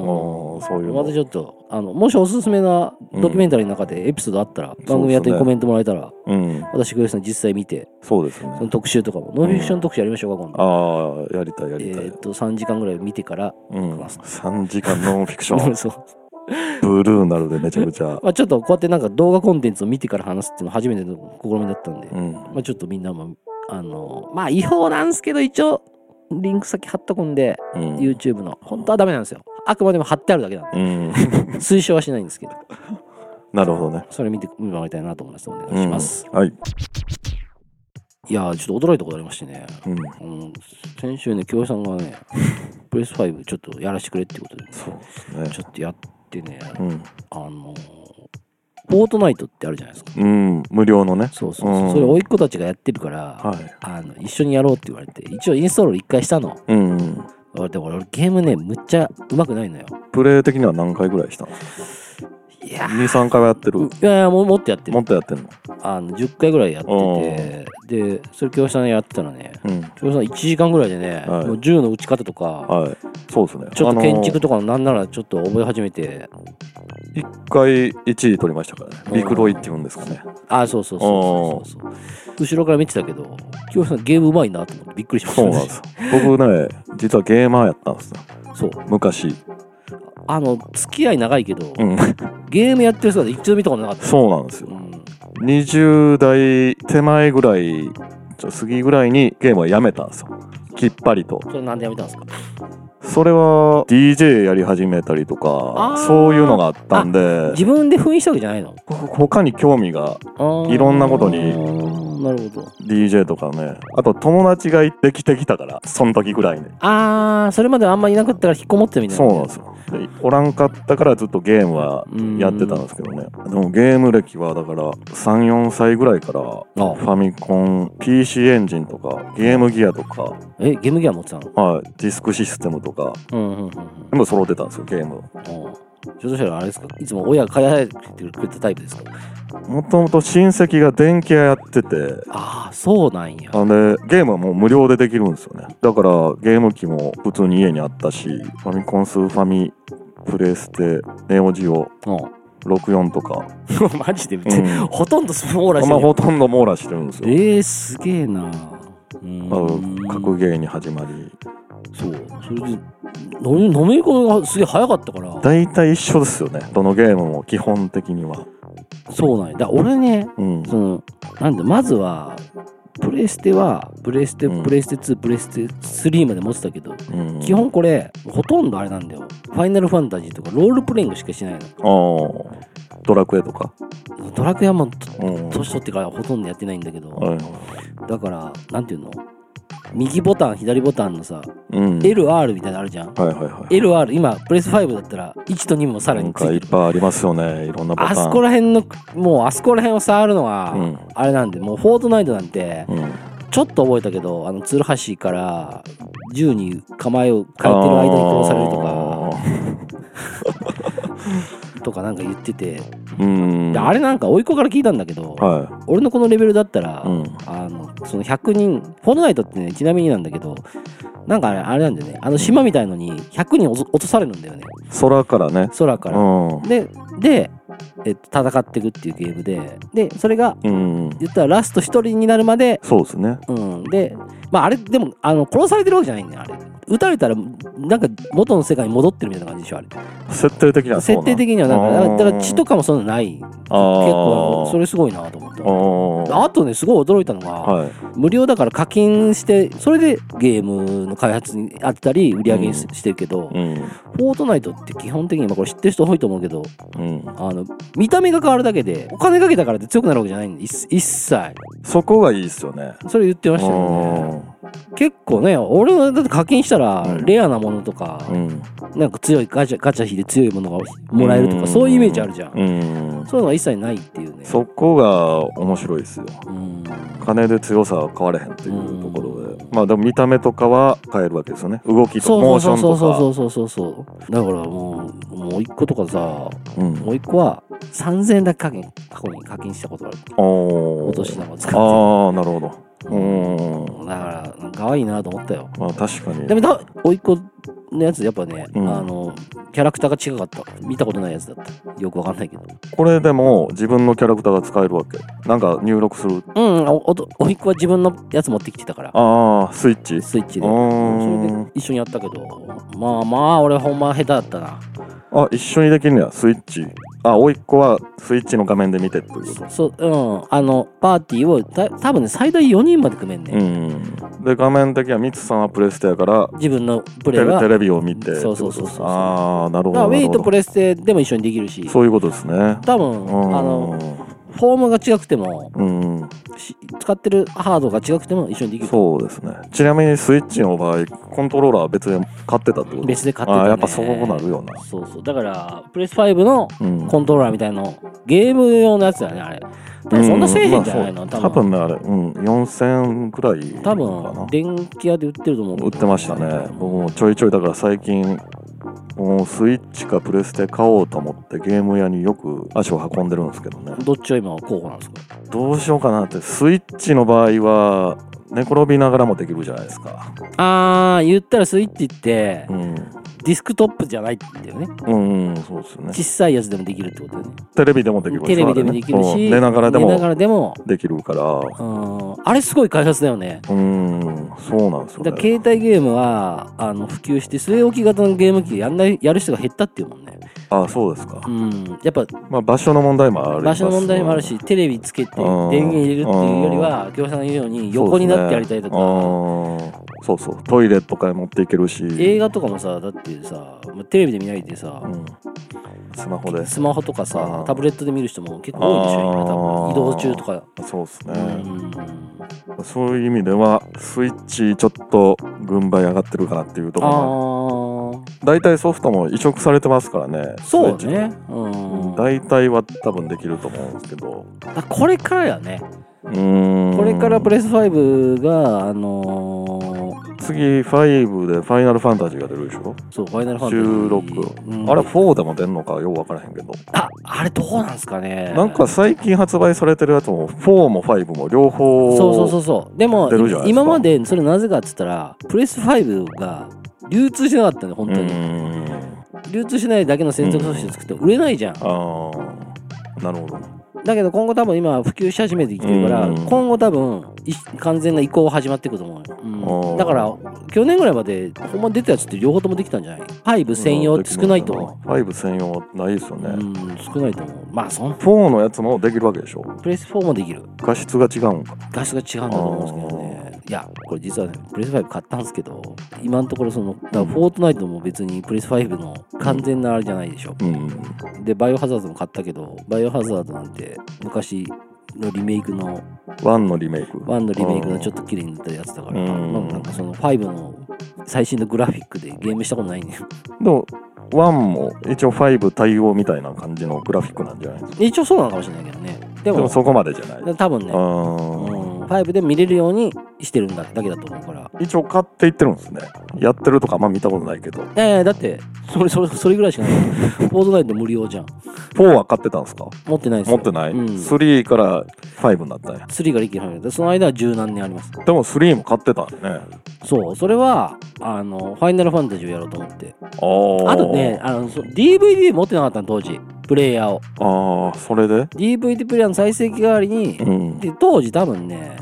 [SPEAKER 2] んん、そういう
[SPEAKER 1] また
[SPEAKER 2] の
[SPEAKER 1] ち。ょっと、あの、もしおすすめなドキュメンタリーの中でエピソードあったら、番組やって
[SPEAKER 2] そうですね
[SPEAKER 1] コメントもらえたら、
[SPEAKER 2] うん、
[SPEAKER 1] 私、グエさん実際見て、
[SPEAKER 2] そうです
[SPEAKER 1] その
[SPEAKER 2] ね。
[SPEAKER 1] 特集とかも、ノンフィクション特集やりましょうか、今度。
[SPEAKER 2] ああ、やりたい、や
[SPEAKER 1] え
[SPEAKER 2] りたい。
[SPEAKER 1] ーっと、3時間ぐらい見てから、
[SPEAKER 2] うん、3時間ノンフィクション。
[SPEAKER 1] そう。
[SPEAKER 2] ブルーなるでめちゃくちゃ。
[SPEAKER 1] まあ、ちょっとこうやってなんか動画コンテンツを見てから話すっていうのは初めての試みだったんで、
[SPEAKER 2] うん。
[SPEAKER 1] まあ、ちょっとみんなも、あの、まあ、違法なんですけど、一応、リンク先貼っとくんで、
[SPEAKER 2] うん
[SPEAKER 1] YouTube の。本当はダメなんですよ。あくまでも貼ってあるだけなんで、
[SPEAKER 2] うん。
[SPEAKER 1] 推奨はしないんですけど、
[SPEAKER 2] なるほどね。
[SPEAKER 1] それ見て見てもらいたいなと思います。お願
[SPEAKER 2] う
[SPEAKER 1] いし
[SPEAKER 2] ん。
[SPEAKER 1] ます。
[SPEAKER 2] はい。
[SPEAKER 1] いやー、ちょっと驚いたことありましてね。
[SPEAKER 2] うん。
[SPEAKER 1] うん、先週ね、京平さんがね、プレス5ちょっとやらせてくれってことで、
[SPEAKER 2] そうです
[SPEAKER 1] ち
[SPEAKER 2] ね。
[SPEAKER 1] ょっとやってね、
[SPEAKER 2] うん。
[SPEAKER 1] あのー、フォートナイトってあるじゃないですか。
[SPEAKER 2] うん。無料のね。
[SPEAKER 1] そうそうそう。
[SPEAKER 2] うん
[SPEAKER 1] それ、甥いっ子たちがやってるから、
[SPEAKER 2] はい。
[SPEAKER 1] あの、一緒にやろうって言われて、一応インストール一回したの。
[SPEAKER 2] うんうん。
[SPEAKER 1] 俺、でも俺、ゲームね、むっちゃ上手くないのよ。
[SPEAKER 2] プレイ的には何回ぐらいしたの
[SPEAKER 1] いや
[SPEAKER 2] ?2、3回はやってる
[SPEAKER 1] ー、。いやいや、もうもっとやって
[SPEAKER 2] も
[SPEAKER 1] る
[SPEAKER 2] っ。とやってんの
[SPEAKER 1] あの、10回ぐらいやってて、で、それ教師さんやってたらね、
[SPEAKER 2] うん。
[SPEAKER 1] 教師さん1時間ぐらいでね、
[SPEAKER 2] はい
[SPEAKER 1] もう銃の撃ち方とか、
[SPEAKER 2] はい。そうですね。
[SPEAKER 1] ちょっと建築と
[SPEAKER 2] と。
[SPEAKER 1] かのなんならちょっと覚え始めて、
[SPEAKER 2] 一回1位取りましたからね。ビクロイって言うんですかね。
[SPEAKER 1] あ、そうそうそうそうそうそう。後ろから見てたけど、教師さんゲーム上手いなと思ってびっくりしました、
[SPEAKER 2] そうなんですよ。 僕ね、実はゲーマーやったんですよ。
[SPEAKER 1] そう。
[SPEAKER 2] 昔。
[SPEAKER 1] あの、付き合い長いけど、
[SPEAKER 2] うん。
[SPEAKER 1] ゲームやってる姿一度見たことなかった。
[SPEAKER 2] そうなんですよ
[SPEAKER 1] う。ん。
[SPEAKER 2] 20代手前ぐらい、ちょ過ぎぐらいにゲームをやめたんですよ。きっぱりと。
[SPEAKER 1] それなんでやめたんですか
[SPEAKER 2] それは DJ やり始めたりと
[SPEAKER 1] あ
[SPEAKER 2] か
[SPEAKER 1] ー、
[SPEAKER 2] そういうのがあったんで、
[SPEAKER 1] 自分で封印したわけじゃないの
[SPEAKER 2] ほ他に興味が
[SPEAKER 1] あー
[SPEAKER 2] いろんなことに
[SPEAKER 1] なるほど。
[SPEAKER 2] DJ とかね、あと友達ができてきたから、その時ぐらいに。
[SPEAKER 1] ああ、それまであんまいなかったから引っこもってたみたいな。
[SPEAKER 2] そうなんですよ。でおらんかったからずっとゲームはやってたんですけどね。でもゲーム歴はだから3、4歳ぐらいからフ
[SPEAKER 1] あ
[SPEAKER 2] ァミコン、PC エンジンとかゲームギアとか、
[SPEAKER 1] え、ゲームギア持ってたの
[SPEAKER 2] はい、ディスクシステムとか
[SPEAKER 1] うんうんうんうん。
[SPEAKER 2] 全部揃ってたんですよ、ゲーム。
[SPEAKER 1] おうひょっとしたらあれですかいつも親が買い与えてくれたタイプですか
[SPEAKER 2] もともと親戚が電気屋やってて、
[SPEAKER 1] ああ、そうなんや。
[SPEAKER 2] あでゲームはもう無料でできるんですよねだからゲーム機も普通に家にあったしファミコンスーファミプレステネオジオ
[SPEAKER 1] お
[SPEAKER 2] 64とか、
[SPEAKER 1] うマジで、
[SPEAKER 2] ん
[SPEAKER 1] ほとんどスポーラ
[SPEAKER 2] あ
[SPEAKER 1] し
[SPEAKER 2] ん
[SPEAKER 1] て
[SPEAKER 2] ま
[SPEAKER 1] る。
[SPEAKER 2] ほとんど網羅してるんですよ
[SPEAKER 1] えー、すげえな。う
[SPEAKER 2] ま
[SPEAKER 1] ん
[SPEAKER 2] あ格ゲーに始まり
[SPEAKER 1] そう。それで、飲み飲み込みがすげえ早かったから。
[SPEAKER 2] 大体一緒ですよねどのゲームも基本的には
[SPEAKER 1] そうなんや。だ俺ね、
[SPEAKER 2] うん
[SPEAKER 1] その、なんだ、まずは、プレステは、プレステ、
[SPEAKER 2] うん
[SPEAKER 1] プレステ2、プレステ3まで持ってたけど、
[SPEAKER 2] うん
[SPEAKER 1] 基本これ、ほとんどあれなんだよ。ファイナルファンタジーとかロールプレイングしかしないの。
[SPEAKER 2] ああドラクエとか
[SPEAKER 1] ドラクエはもう、と
[SPEAKER 2] うん
[SPEAKER 1] 年取ってからほとんどやってないんだけど、
[SPEAKER 2] はい
[SPEAKER 1] だから、なんていうの右ボタン、左ボタンのさ、
[SPEAKER 2] うん
[SPEAKER 1] LR みたいなのあるじゃん。
[SPEAKER 2] はいはいはい
[SPEAKER 1] LR、今、プレス5だったら、1と2もさら
[SPEAKER 2] なん
[SPEAKER 1] につ
[SPEAKER 2] かい
[SPEAKER 1] い
[SPEAKER 2] って
[SPEAKER 1] る。
[SPEAKER 2] ぱいありますよねいろんなパターン
[SPEAKER 1] あそこら辺の、もうあそこら辺を触るのは、
[SPEAKER 2] うん
[SPEAKER 1] あれなんで、もうフォートナイトなんて、
[SPEAKER 2] うん
[SPEAKER 1] ちょっと覚えたけど、あの、鶴橋から銃に構えを変えてる間に殺されるとか、とかなんか言ってて、
[SPEAKER 2] あーうん
[SPEAKER 1] であれなんか、甥いっ子から聞いたんだけど、
[SPEAKER 2] は
[SPEAKER 1] 俺のこのレベルだったら、
[SPEAKER 2] い。うん。
[SPEAKER 1] あの、その100人、フォートナイトってね、ちなみになんだけど、なんかあれあれなんだよね、あの島みたいのに100人落と落とされるんだよね、
[SPEAKER 2] 空からね。
[SPEAKER 1] 空か
[SPEAKER 2] う
[SPEAKER 1] ら。
[SPEAKER 2] ん。
[SPEAKER 1] で、で、えっと、戦っていくっていうゲームで、で、それが、
[SPEAKER 2] うん。
[SPEAKER 1] 言ったらラスト1人になるまで、
[SPEAKER 2] そうですね。
[SPEAKER 1] うん、で、まあ、あれ、でも、あの殺されてるわけじゃないんだよ、あれ。撃たれたら、なんか元の世界に戻ってるみたいな感じでしょ、あれ。
[SPEAKER 2] 設定的にはそうな
[SPEAKER 1] 設定的にはなんか、だからだから血と
[SPEAKER 2] か。
[SPEAKER 1] かもそんなない。結
[SPEAKER 2] あー
[SPEAKER 1] 構、それすごいなと思った。
[SPEAKER 2] あ
[SPEAKER 1] あとね、すごい驚いたのが、
[SPEAKER 2] あ。はい。
[SPEAKER 1] 無料だから課金して、それでゲームの開発にあったり、売り上げにし
[SPEAKER 2] う
[SPEAKER 1] してるけど、
[SPEAKER 2] うん。
[SPEAKER 1] フォートナイトって基本的に、まあこれ知ってる人多いと思うけど、
[SPEAKER 2] うん。
[SPEAKER 1] あの、見た目が変わるだけで、お金かけたからって強くなるわけじゃないんで、一一切。
[SPEAKER 2] そこがいいですよね。
[SPEAKER 1] それ言ってましたよね。
[SPEAKER 2] うん
[SPEAKER 1] 結構ね、俺はだって課金したら
[SPEAKER 2] う、ん
[SPEAKER 1] レアなものとか、
[SPEAKER 2] うん
[SPEAKER 1] なんか強いガチャ、ガチャ引いて強いものがもらえると
[SPEAKER 2] う
[SPEAKER 1] か、
[SPEAKER 2] ん
[SPEAKER 1] そういうイメージあるじゃん。
[SPEAKER 2] うん
[SPEAKER 1] そういうのが一切ないっていうね。
[SPEAKER 2] そこが面白いですよ
[SPEAKER 1] うん。
[SPEAKER 2] 金で強さは変われへんっていうところでまあでも見た目とかは変えるわけですよね動きと
[SPEAKER 1] そ
[SPEAKER 2] モ
[SPEAKER 1] う
[SPEAKER 2] ーシ
[SPEAKER 1] そ
[SPEAKER 2] ョ
[SPEAKER 1] う
[SPEAKER 2] ン
[SPEAKER 1] そうそ
[SPEAKER 2] と
[SPEAKER 1] うそうそうそう。だからもう、もう一個とかさ、
[SPEAKER 2] かうん
[SPEAKER 1] もう一個は3000円だけ課金、過去に課金したことがある。
[SPEAKER 2] お
[SPEAKER 1] お
[SPEAKER 2] ー
[SPEAKER 1] 年玉使って。
[SPEAKER 2] ああなるほどうん
[SPEAKER 1] だから、なんか可愛いなと思ったよ。
[SPEAKER 2] まあ確かに
[SPEAKER 1] でもだ、おいっ子のやつ、やっぱね、
[SPEAKER 2] うん
[SPEAKER 1] あの、キャラクターが違かった。見たことないやつだった。よくわかんないけど。
[SPEAKER 2] これでも自分のキャラクターが使えるわけなんか入力する
[SPEAKER 1] うん、おおとおいっ子は自分のやつ持ってきてたから、
[SPEAKER 2] ああスイッチ
[SPEAKER 1] スイッチで。
[SPEAKER 2] あー
[SPEAKER 1] それで一緒にやったけど、まあまあ、俺ほんま下手だったな。
[SPEAKER 2] あ一緒にできるんやスイッチあ甥いっ子はスイッチの画面で見てっていうこと
[SPEAKER 1] そう、うん、あの、パーティーを、た多分ね、最大4人まで組めんね。
[SPEAKER 2] うんで画面的にはミツさんはプレステやから
[SPEAKER 1] 自分のプ
[SPEAKER 2] テ
[SPEAKER 1] レイ
[SPEAKER 2] レ
[SPEAKER 1] は。
[SPEAKER 2] テ
[SPEAKER 1] だ
[SPEAKER 2] レビを見てってこと
[SPEAKER 1] そうそうそうそう
[SPEAKER 2] ああなるほ
[SPEAKER 1] から
[SPEAKER 2] ど
[SPEAKER 1] ウ
[SPEAKER 2] な
[SPEAKER 1] ェイ
[SPEAKER 2] る
[SPEAKER 1] と
[SPEAKER 2] ほ
[SPEAKER 1] プ
[SPEAKER 2] ど
[SPEAKER 1] レステでも一緒にできるし、
[SPEAKER 2] そういうことですねあ
[SPEAKER 1] 多分、あの、フォームが違くても、
[SPEAKER 2] うん
[SPEAKER 1] し使ってるハードが違くても一緒にできる。
[SPEAKER 2] そうですねちなみにスイッチの場合コントローラーは別で買ってたってこと
[SPEAKER 1] 別で買ってた、ね。
[SPEAKER 2] あーやっぱそうなるよな
[SPEAKER 1] そうそう。だから、プレス5の
[SPEAKER 2] うん
[SPEAKER 1] コントローラーみたいなの、ゲーム用のやつだね、あれ。多分そんなせえへんじゃないの、
[SPEAKER 2] うんまあそ
[SPEAKER 1] 多
[SPEAKER 2] う多
[SPEAKER 1] 分。
[SPEAKER 2] 分ねあれ、うん、4000くらいかな
[SPEAKER 1] 多分、電気屋で売ってると思うけど。
[SPEAKER 2] 売ってましたね僕もちょいちょいだから最近もうスイッチかプレステ買おうと思ってゲーム屋によく足を運んでるんですけどね
[SPEAKER 1] どっちが今は候補なんですか
[SPEAKER 2] どうしようかなってスイッチの場合は寝転びながらもできるじゃないですか
[SPEAKER 1] あー、言ったらスイッチって、
[SPEAKER 2] うん
[SPEAKER 1] ディスクトップじゃないんだよね。
[SPEAKER 2] うんうんそうですね
[SPEAKER 1] 小さいやつでもできるってことだよね。
[SPEAKER 2] テレビでもできる
[SPEAKER 1] テレビでもできる
[SPEAKER 2] う
[SPEAKER 1] し、
[SPEAKER 2] ん寝ながらで
[SPEAKER 1] 寝なが
[SPEAKER 2] も
[SPEAKER 1] らでも
[SPEAKER 2] できるから
[SPEAKER 1] うんあれすごい開発だよね。
[SPEAKER 2] うんそうなんですよ
[SPEAKER 1] だから
[SPEAKER 2] ね
[SPEAKER 1] 携帯ゲームはあの普及して据え置き型のゲーム機やんないやる人が減ったっていうもんね、
[SPEAKER 2] あそうですか
[SPEAKER 1] うん、やっぱ
[SPEAKER 2] まあ場所の問題もある
[SPEAKER 1] 場所の問題もあるしテレビつけて電
[SPEAKER 2] うん
[SPEAKER 1] 源入れるっていうよりは京平さんが言うように横になってやりたいとか、
[SPEAKER 2] かそうそうトイレとかに持っていけるし
[SPEAKER 1] 映画とかもさだってさテレビで見ないでさ、
[SPEAKER 2] うん、スマホで
[SPEAKER 1] スマホとか
[SPEAKER 2] う
[SPEAKER 1] さ
[SPEAKER 2] ん
[SPEAKER 1] タブレットで見る人も結構多いでしょ今多
[SPEAKER 2] あ
[SPEAKER 1] 分
[SPEAKER 2] ー
[SPEAKER 1] 移動中とか、
[SPEAKER 2] そうです
[SPEAKER 1] う
[SPEAKER 2] ね、
[SPEAKER 1] ん、
[SPEAKER 2] そういう意味ではスイッチちょっと軍配上がってるかなっていうところ
[SPEAKER 1] あ
[SPEAKER 2] 大体ソフトも移植されてますからね
[SPEAKER 1] あそう
[SPEAKER 2] スイッ
[SPEAKER 1] ね
[SPEAKER 2] チ、
[SPEAKER 1] うん、だ
[SPEAKER 2] 大体は多分できると思うんですけど
[SPEAKER 1] これからやね
[SPEAKER 2] うーん
[SPEAKER 1] これからプレス5が、あのー
[SPEAKER 2] 次5でファイナルファンタジーが出るでしょ
[SPEAKER 1] そう、ファイナルファンタジー。
[SPEAKER 2] 16、
[SPEAKER 1] うん
[SPEAKER 2] あれ4でも出んのかよう分からへんけど
[SPEAKER 1] あ、あれどうなんですかね。
[SPEAKER 2] なんか、最近発売されてるやつも4も5も両方
[SPEAKER 1] そうそうそうそう。でも
[SPEAKER 2] 出るじゃな、いですか
[SPEAKER 1] 今までそれなぜかっつったら、プレス5が流通しなかったね、本当
[SPEAKER 2] う
[SPEAKER 1] に。
[SPEAKER 2] ーん
[SPEAKER 1] 流通しないだけの専属組織作って売れないじゃん。
[SPEAKER 2] ああなるほど
[SPEAKER 1] だけど今後多分今普及し始めてきてるから、
[SPEAKER 2] うん
[SPEAKER 1] 今後多分い完全な移行始まっていくと思うよ、うん
[SPEAKER 2] おー
[SPEAKER 1] だから去年ぐらいまでほんま出たやつって両方ともできたんじゃない5専用って少ないと思う、
[SPEAKER 2] 5専用ないですよね、
[SPEAKER 1] うん、少ないと思う。まあ、その
[SPEAKER 2] 4のやつもできるわけでしょ
[SPEAKER 1] プレス4もできる。
[SPEAKER 2] 画質が違うんか
[SPEAKER 1] 画質が違うんだと思うんですけどね。いや、これ実はね、プレス5買ったんですけど、今のところその、だからフォートナイトも別にプレス5の完全なあれじゃないでしょ。
[SPEAKER 2] うん
[SPEAKER 1] で、バイオハザードも買ったけど、バイオハザードなんて昔、のリメイクの
[SPEAKER 2] 1のリメイク
[SPEAKER 1] 1のリメイクのちょっと綺麗になったやつだから、
[SPEAKER 2] うん
[SPEAKER 1] まあなんかその5の最新のグラフィックでゲームしたことないね
[SPEAKER 2] でも1も一応5対応みたいな感じのグラフィックなんじゃないですか
[SPEAKER 1] 一応そうなのかもしれないけどねで
[SPEAKER 2] で
[SPEAKER 1] も
[SPEAKER 2] もそこまでじゃない
[SPEAKER 1] 多分ね、
[SPEAKER 2] あ
[SPEAKER 1] うん、
[SPEAKER 2] ー
[SPEAKER 1] 5で見れるようにしてるんだだけだと思うから
[SPEAKER 2] 一応買っていってるんですねやってるとかあんま見たことないけど
[SPEAKER 1] ええだってそれそれそれぐらいしかないフォートナイト無料じゃん
[SPEAKER 2] 4は買ってたんですか
[SPEAKER 1] 持ってないです
[SPEAKER 2] 持
[SPEAKER 1] よ
[SPEAKER 2] ってない、
[SPEAKER 1] うん、
[SPEAKER 2] 3から5になったんや
[SPEAKER 1] 3ができるでその間は十何年あります
[SPEAKER 2] でも3も買ってたんだね
[SPEAKER 1] そうそれはあのファイナルファンタジーをやろうと思って
[SPEAKER 2] あー
[SPEAKER 1] あとねあのそ DVD 持ってなかったの当時プレイヤーを
[SPEAKER 2] ああそれで
[SPEAKER 1] DVD プレイヤーの再生機代わりに、
[SPEAKER 2] うん
[SPEAKER 1] で当時多分ね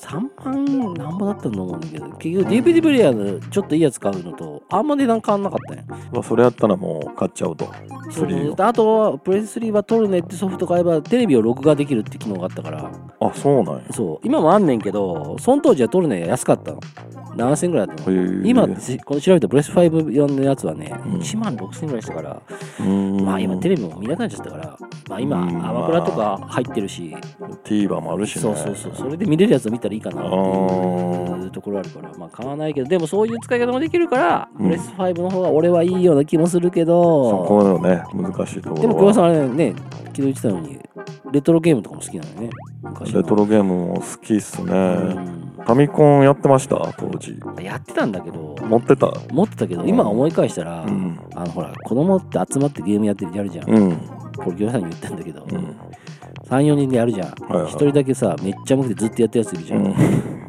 [SPEAKER 1] 3万何ぼだったと思うんだけど結局 DVD プレイヤーのちょっといいやつ買うのとあんま値段変わんなかったね
[SPEAKER 2] まあ、それやったらもう買っちゃうと
[SPEAKER 1] そう
[SPEAKER 2] 3を
[SPEAKER 1] あとはプレス3は撮るねってソフト買えばテレビを録画できるって機能があったから
[SPEAKER 2] あそうなんや
[SPEAKER 1] そう今もあんねんけどその当時は撮るね安かったの7000ぐらいだったの。
[SPEAKER 2] へえ
[SPEAKER 1] 今しこの調べたプレス5用のやつはね、
[SPEAKER 2] うん
[SPEAKER 1] 1万6000ぐらいしたから、
[SPEAKER 2] うん
[SPEAKER 1] まあ今テレビも見なくなっちゃったから、まあ今
[SPEAKER 2] うん
[SPEAKER 1] アマプラとか入ってるし、
[SPEAKER 2] TVer もあるしね
[SPEAKER 1] そうそうそう、それで見れるやつを見たらいいかなって
[SPEAKER 2] あ
[SPEAKER 1] い
[SPEAKER 2] ー
[SPEAKER 1] うところあるから、まあ買わないけど、でもそういう使い方もできるから、
[SPEAKER 2] うん
[SPEAKER 1] プレス5の方が俺はいいような気もするけ
[SPEAKER 2] そ
[SPEAKER 1] ど、
[SPEAKER 2] このね難しいところは
[SPEAKER 1] でも久保さんあれね、昨日言ってたように、レトロゲームとかも好きなのよね、昔の
[SPEAKER 2] レトロゲームも好きっすね、
[SPEAKER 1] うん
[SPEAKER 2] ファミコンやってました当時
[SPEAKER 1] やってたんだけど、
[SPEAKER 2] 持ってた
[SPEAKER 1] 持ってたけど、今思い返したら、
[SPEAKER 2] うん
[SPEAKER 1] あのほら、子供って集まってゲームやってやるじゃん。
[SPEAKER 2] うん
[SPEAKER 1] これ、ギョさんに言ったんだけど、
[SPEAKER 2] うん
[SPEAKER 1] 3、4人でやるじゃん。一、
[SPEAKER 2] いはい
[SPEAKER 1] 人だけさ、めっちゃ重くてずっとやってるやついるじゃん。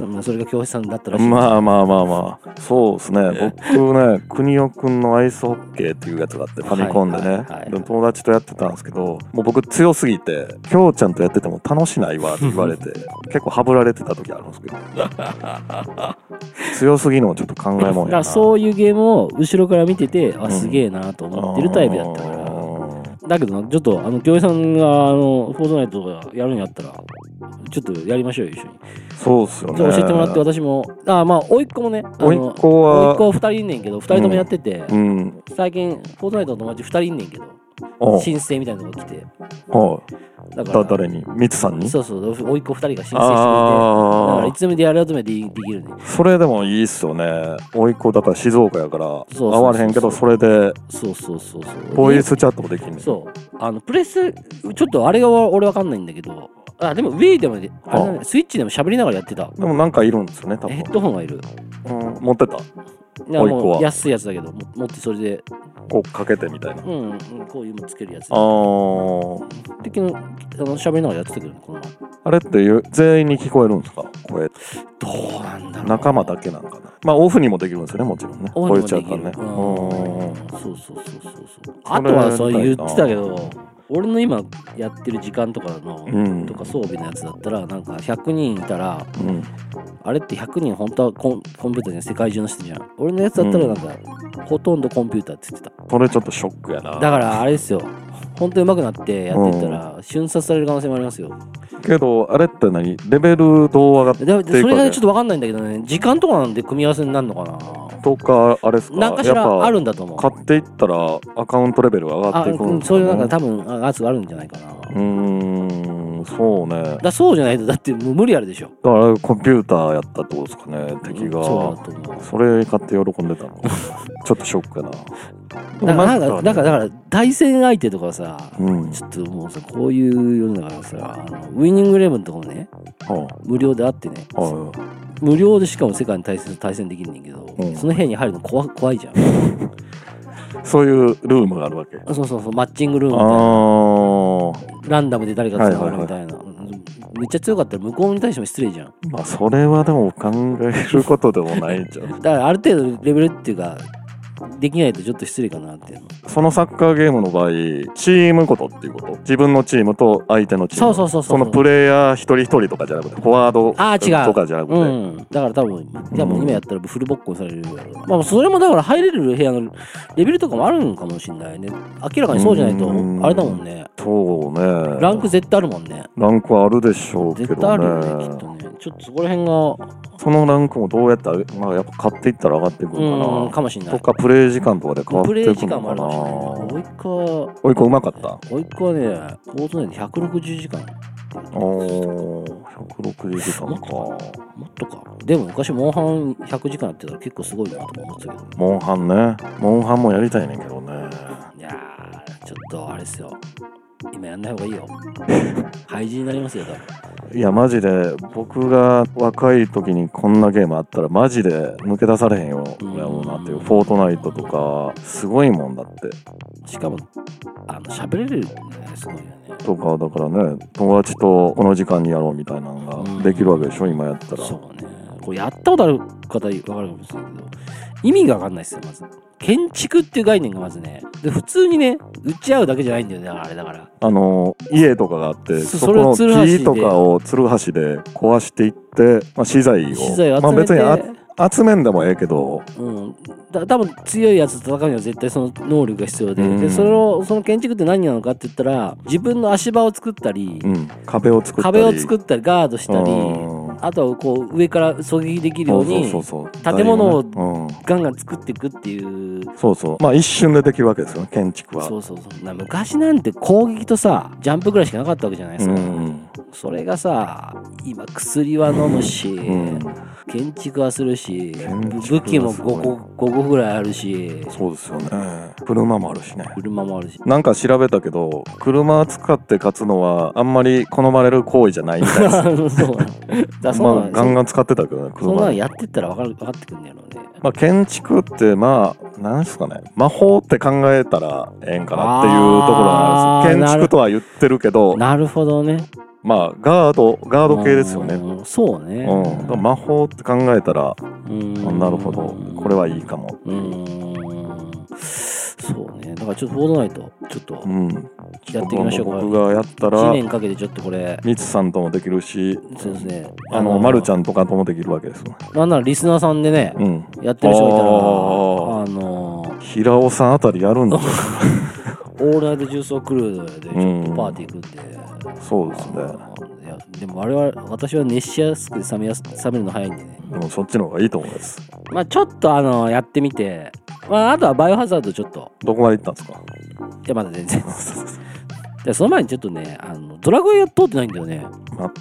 [SPEAKER 1] まあそれが教師さんだったらしい。
[SPEAKER 2] まあまあまあまあそうですね僕ね邦雄くんのアイスホッケーっていうやつがあってファミコンでね、
[SPEAKER 1] はいはいはい
[SPEAKER 2] でも友達とやってたんですけどもう僕強すぎて「きょうちゃんとやってても楽しないわ」って言わ れて結構ハブられてた時あるんですけど強すぎのをちょっと考 えもん
[SPEAKER 1] だ
[SPEAKER 2] や
[SPEAKER 1] か
[SPEAKER 2] な
[SPEAKER 1] らそういうゲームを後ろから見てて、
[SPEAKER 2] う
[SPEAKER 1] あ、
[SPEAKER 2] ん
[SPEAKER 1] すげえなと思ってるタイプだったから。
[SPEAKER 2] ら
[SPEAKER 1] だけどな、ちょっと、あの、教師さんが、あの、フォートナイトとかやるんやったら、ちょっとやりましょうよ、一緒に。
[SPEAKER 2] そうっすよね
[SPEAKER 1] ちょっと教えてもらって、私も、あ、まあ、甥っ子もね、あの
[SPEAKER 2] 甥っ子
[SPEAKER 1] 甥
[SPEAKER 2] は
[SPEAKER 1] っ子2人いんねんけど、2人ともやってて、
[SPEAKER 2] うん
[SPEAKER 1] 最近、フォートナイトの友達2人いんねんけど、
[SPEAKER 2] おう
[SPEAKER 1] 申請みたいなのが来て、
[SPEAKER 2] おう
[SPEAKER 1] だか
[SPEAKER 2] だ
[SPEAKER 1] ら、
[SPEAKER 2] 誰にミツさんに
[SPEAKER 1] そうそう、甥っ子2人が申請してくれて、だから
[SPEAKER 2] あ
[SPEAKER 1] いつでもでやるやつまでできるね。
[SPEAKER 2] あそれでもいいっすよね甥っ子だから静岡やから
[SPEAKER 1] う
[SPEAKER 2] 会
[SPEAKER 1] そうそう
[SPEAKER 2] われへんけどそれで
[SPEAKER 1] そうそうそうそう。
[SPEAKER 2] ボイスチャットもできんねん
[SPEAKER 1] そう。あの、プレス、ちょっとあれが俺わかんないんだけど、あ、でも Wii でもね、あれだねスイッチでも喋りながらやってた。
[SPEAKER 2] でもなんかいるんですよね多
[SPEAKER 1] ヘ
[SPEAKER 2] 分
[SPEAKER 1] ッ、ドホンがいる。
[SPEAKER 2] うん、持ってた
[SPEAKER 1] いや
[SPEAKER 2] おいっ子
[SPEAKER 1] も
[SPEAKER 2] は
[SPEAKER 1] う安いやつだけど、も持ってそれで、
[SPEAKER 2] こうかけてみたいなあ
[SPEAKER 1] うん、うんこういうのつけるやつ。
[SPEAKER 2] あー
[SPEAKER 1] で、昨日、あの喋りながらやってたけどね、この前
[SPEAKER 2] あれっていう全員に聞こえるんですか声って
[SPEAKER 1] どうなんだろう。
[SPEAKER 2] 仲間だけなんかなまあオフにもできるんですよねもちろんね
[SPEAKER 1] 多い
[SPEAKER 2] ボイスチャットね
[SPEAKER 1] うん
[SPEAKER 2] うん
[SPEAKER 1] そうそうそうそうそうあとはそう
[SPEAKER 2] それ
[SPEAKER 1] 言ってたけど俺の今やってる時間とかの、
[SPEAKER 2] うん
[SPEAKER 1] とか装備のやつだったらなんか100人いたら
[SPEAKER 2] うん
[SPEAKER 1] あれって100人本当はコンコンピューターに世界中の人じゃん俺のやつだったらなんか、ほとんどコンピューターって言ってた
[SPEAKER 2] それちょっとショックやな
[SPEAKER 1] だからあれですよ本当に上手くなってやってったら、瞬殺される可能性もありますよ
[SPEAKER 2] けどあれって何レベルどう上がっていく
[SPEAKER 1] だ
[SPEAKER 2] わ
[SPEAKER 1] そ
[SPEAKER 2] け
[SPEAKER 1] れがねちょっと分かんないんだけどね時間とかなんで組み合わせになるのかな
[SPEAKER 2] とかあれっすか
[SPEAKER 1] なんかし
[SPEAKER 2] やっ
[SPEAKER 1] ら
[SPEAKER 2] ぱ
[SPEAKER 1] あるんだと思う
[SPEAKER 2] 買っていったらアカウントレベルが上が
[SPEAKER 1] あ
[SPEAKER 2] っていく
[SPEAKER 1] うんんそういうなんか
[SPEAKER 2] か
[SPEAKER 1] 多分圧があるんじゃないかな、
[SPEAKER 2] うーんそうねだか
[SPEAKER 1] だそうじゃないとだってもう無理あるでしょ
[SPEAKER 2] らコンピューターやったってことですかね敵が
[SPEAKER 1] そうだと思う
[SPEAKER 2] それ買って喜んで たのちょっとショックやな
[SPEAKER 1] だからなんか
[SPEAKER 2] でも
[SPEAKER 1] だからだから対戦相手とかさ、
[SPEAKER 2] うん
[SPEAKER 1] ちょっともうさこういう世の中のさあのウイニングイレブンとかもね
[SPEAKER 2] は
[SPEAKER 1] 無料であってね
[SPEAKER 2] あはあ
[SPEAKER 1] 無料でしかも世界に対戦対戦できんねんけど、
[SPEAKER 2] うん
[SPEAKER 1] その部屋に入るの怖怖いじゃん
[SPEAKER 2] そういうルームがあるわけ
[SPEAKER 1] そうそうそうマッチングルームみたいな
[SPEAKER 2] ああ
[SPEAKER 1] ランダムで誰か繋がる
[SPEAKER 2] はい
[SPEAKER 1] み
[SPEAKER 2] は
[SPEAKER 1] たいな、めっちゃ強かったら向こうに対しても失礼じゃん
[SPEAKER 2] まあそれはでも考えることでもないじゃん
[SPEAKER 1] だからある程度レベルっていうかできないとちょっと失礼かなっていうの
[SPEAKER 2] そのサッカーゲームの場合チームごとっていうこと自分のチームと相手のチーム
[SPEAKER 1] そうそうそうそう
[SPEAKER 2] のプレイヤー一人一人とかじゃなくてフォワード
[SPEAKER 1] あー違う
[SPEAKER 2] とかじゃなくて、
[SPEAKER 1] うん、だから多分、多分今やったらフルボッコにされるやろうな。まあそれもだから入れる部屋のレベルとかもあるんかもしれないね。明らかにそうじゃないと
[SPEAKER 2] う、ん
[SPEAKER 1] あれだもんね。
[SPEAKER 2] そうね
[SPEAKER 1] ランク絶対あるもんね。
[SPEAKER 2] ランクはあるでしょうけ
[SPEAKER 1] 絶
[SPEAKER 2] どね
[SPEAKER 1] 対あるよね、きっとね。ちょっとそこら辺が、
[SPEAKER 2] そのランクもどうやって上げまあやっぱ買っていったら上がっていく
[SPEAKER 1] う
[SPEAKER 2] の
[SPEAKER 1] ん、
[SPEAKER 2] か
[SPEAKER 1] かもしれ
[SPEAKER 2] な
[SPEAKER 1] な
[SPEAKER 2] と
[SPEAKER 1] い。
[SPEAKER 2] かプレイ時間とかで変わって
[SPEAKER 1] プ
[SPEAKER 2] い
[SPEAKER 1] レイ
[SPEAKER 2] く
[SPEAKER 1] 時間もあるか
[SPEAKER 2] の
[SPEAKER 1] もし
[SPEAKER 2] かな
[SPEAKER 1] れない。おいっ
[SPEAKER 2] おいこうまかった
[SPEAKER 1] 子、おいっ子はね、フォートナイト160時間。
[SPEAKER 2] おー160時間
[SPEAKER 1] も
[SPEAKER 2] か
[SPEAKER 1] もっとか。でも昔、モンハン100時間やってたら結構すごいなとか思ってたけど。
[SPEAKER 2] モンハンねモンハンもやりたいねんけどね
[SPEAKER 1] いやー、ちょっとあれですよ。今やんない方がい いよ。廃人になりますよ、多分。
[SPEAKER 2] いやマジで僕が若い時にこんなゲームあったらマジで抜け出されへんよ
[SPEAKER 1] うん
[SPEAKER 2] やろうなっていうフォートナイトとかすごいもんだって
[SPEAKER 1] しかも、あの、喋れるのね、すごいよね。
[SPEAKER 2] とかだからね友達とこの時間にやろうみたいなのができるわけでしょ今やったら
[SPEAKER 1] そうね。これやったことある方、わかるかもしれないけど、意味がわかんないですよ、まず。建築っていう概念がまずね。で、普通にね、打ち合うだけじゃないんだよね、あれだから。
[SPEAKER 2] あの家とかがあって
[SPEAKER 1] そ
[SPEAKER 2] そこの
[SPEAKER 1] それをツルハシで
[SPEAKER 2] 木とかをつるはしで壊していって、まあ、資材を
[SPEAKER 1] 資材を集
[SPEAKER 2] まあ、
[SPEAKER 1] め
[SPEAKER 2] 別
[SPEAKER 1] て、
[SPEAKER 2] にあ集めんでもええけど
[SPEAKER 1] うん。だ多分強いやつと戦うには絶対その能力が必要で、
[SPEAKER 2] うん
[SPEAKER 1] で、それを、その建築って何なのかって言ったら、自分の足場を作ったり、
[SPEAKER 2] うん、壁を作った
[SPEAKER 1] 壁
[SPEAKER 2] り
[SPEAKER 1] を作ったり、ガードしたり、
[SPEAKER 2] うん
[SPEAKER 1] あとはこう上から狙撃できるように
[SPEAKER 2] そうそうそう
[SPEAKER 1] 建物を
[SPEAKER 2] だいぶね
[SPEAKER 1] ガンガン作っていくっていう
[SPEAKER 2] うん、そうそうまあ一瞬でできるわけですよね建築は
[SPEAKER 1] そうそうそうな昔なんて攻撃とさジャンプぐらいしかなかったわけじゃないです
[SPEAKER 2] う
[SPEAKER 1] か、
[SPEAKER 2] ん
[SPEAKER 1] それがさ今薬は飲むし、
[SPEAKER 2] うん、うん、
[SPEAKER 1] 建築はするし
[SPEAKER 2] 建築はす
[SPEAKER 1] 武
[SPEAKER 2] ごい
[SPEAKER 1] 器も5個 ,5 個ぐらいあるし
[SPEAKER 2] そうですよね車もあるしね
[SPEAKER 1] 車もあるし
[SPEAKER 2] なんか調べたけど車使って勝つのはあんまり好まれる行為じゃないみたいです
[SPEAKER 1] そうだそう
[SPEAKER 2] ま
[SPEAKER 1] な
[SPEAKER 2] あ
[SPEAKER 1] ん
[SPEAKER 2] ガンガン使ってたけどね
[SPEAKER 1] そんな
[SPEAKER 2] 車
[SPEAKER 1] のやってったら分かる分かってくんねやろうね
[SPEAKER 2] まあ、建築ってまあ何ですかね魔法って考えたらええんかなっていうところがあるんで
[SPEAKER 1] あー
[SPEAKER 2] す建築とは言ってるけど
[SPEAKER 1] なるほどね
[SPEAKER 2] まあガードガード系ですよね
[SPEAKER 1] うんそうね
[SPEAKER 2] うん、だから魔法って考えたらあなるほどこれ
[SPEAKER 1] は
[SPEAKER 2] はいいかも
[SPEAKER 1] うーんそうねだからちょっとフォートナイトちょっと
[SPEAKER 2] うん
[SPEAKER 1] やっていきましょうこれ
[SPEAKER 2] 僕がやった
[SPEAKER 1] 1
[SPEAKER 2] ら
[SPEAKER 1] 年かけてちょっとこれ
[SPEAKER 2] ミツさんともできるし
[SPEAKER 1] そうですね
[SPEAKER 2] あの、ま、るち
[SPEAKER 1] ゃ
[SPEAKER 2] ゃんとかともできるわけですよね
[SPEAKER 1] んなんならリスナーさんでね、
[SPEAKER 2] うん
[SPEAKER 1] やってる人がいたらあ
[SPEAKER 2] あ
[SPEAKER 1] のー
[SPEAKER 2] 平尾さんあたりやるんだ
[SPEAKER 1] オールナイト重曹クルードでちょっとパーティー組んで、
[SPEAKER 2] そうですね
[SPEAKER 1] いやでも我々私は熱しやすくて冷めやす冷めるの早いんでね
[SPEAKER 2] でもそっちの方がいいと思います
[SPEAKER 1] まあちょっとあのやってみて、まあ、あとはバイオハザードちょっと
[SPEAKER 2] どこまで行ったんですか
[SPEAKER 1] いやまだ全然でその前にちょっとねあのドラクエ通ってないんだよね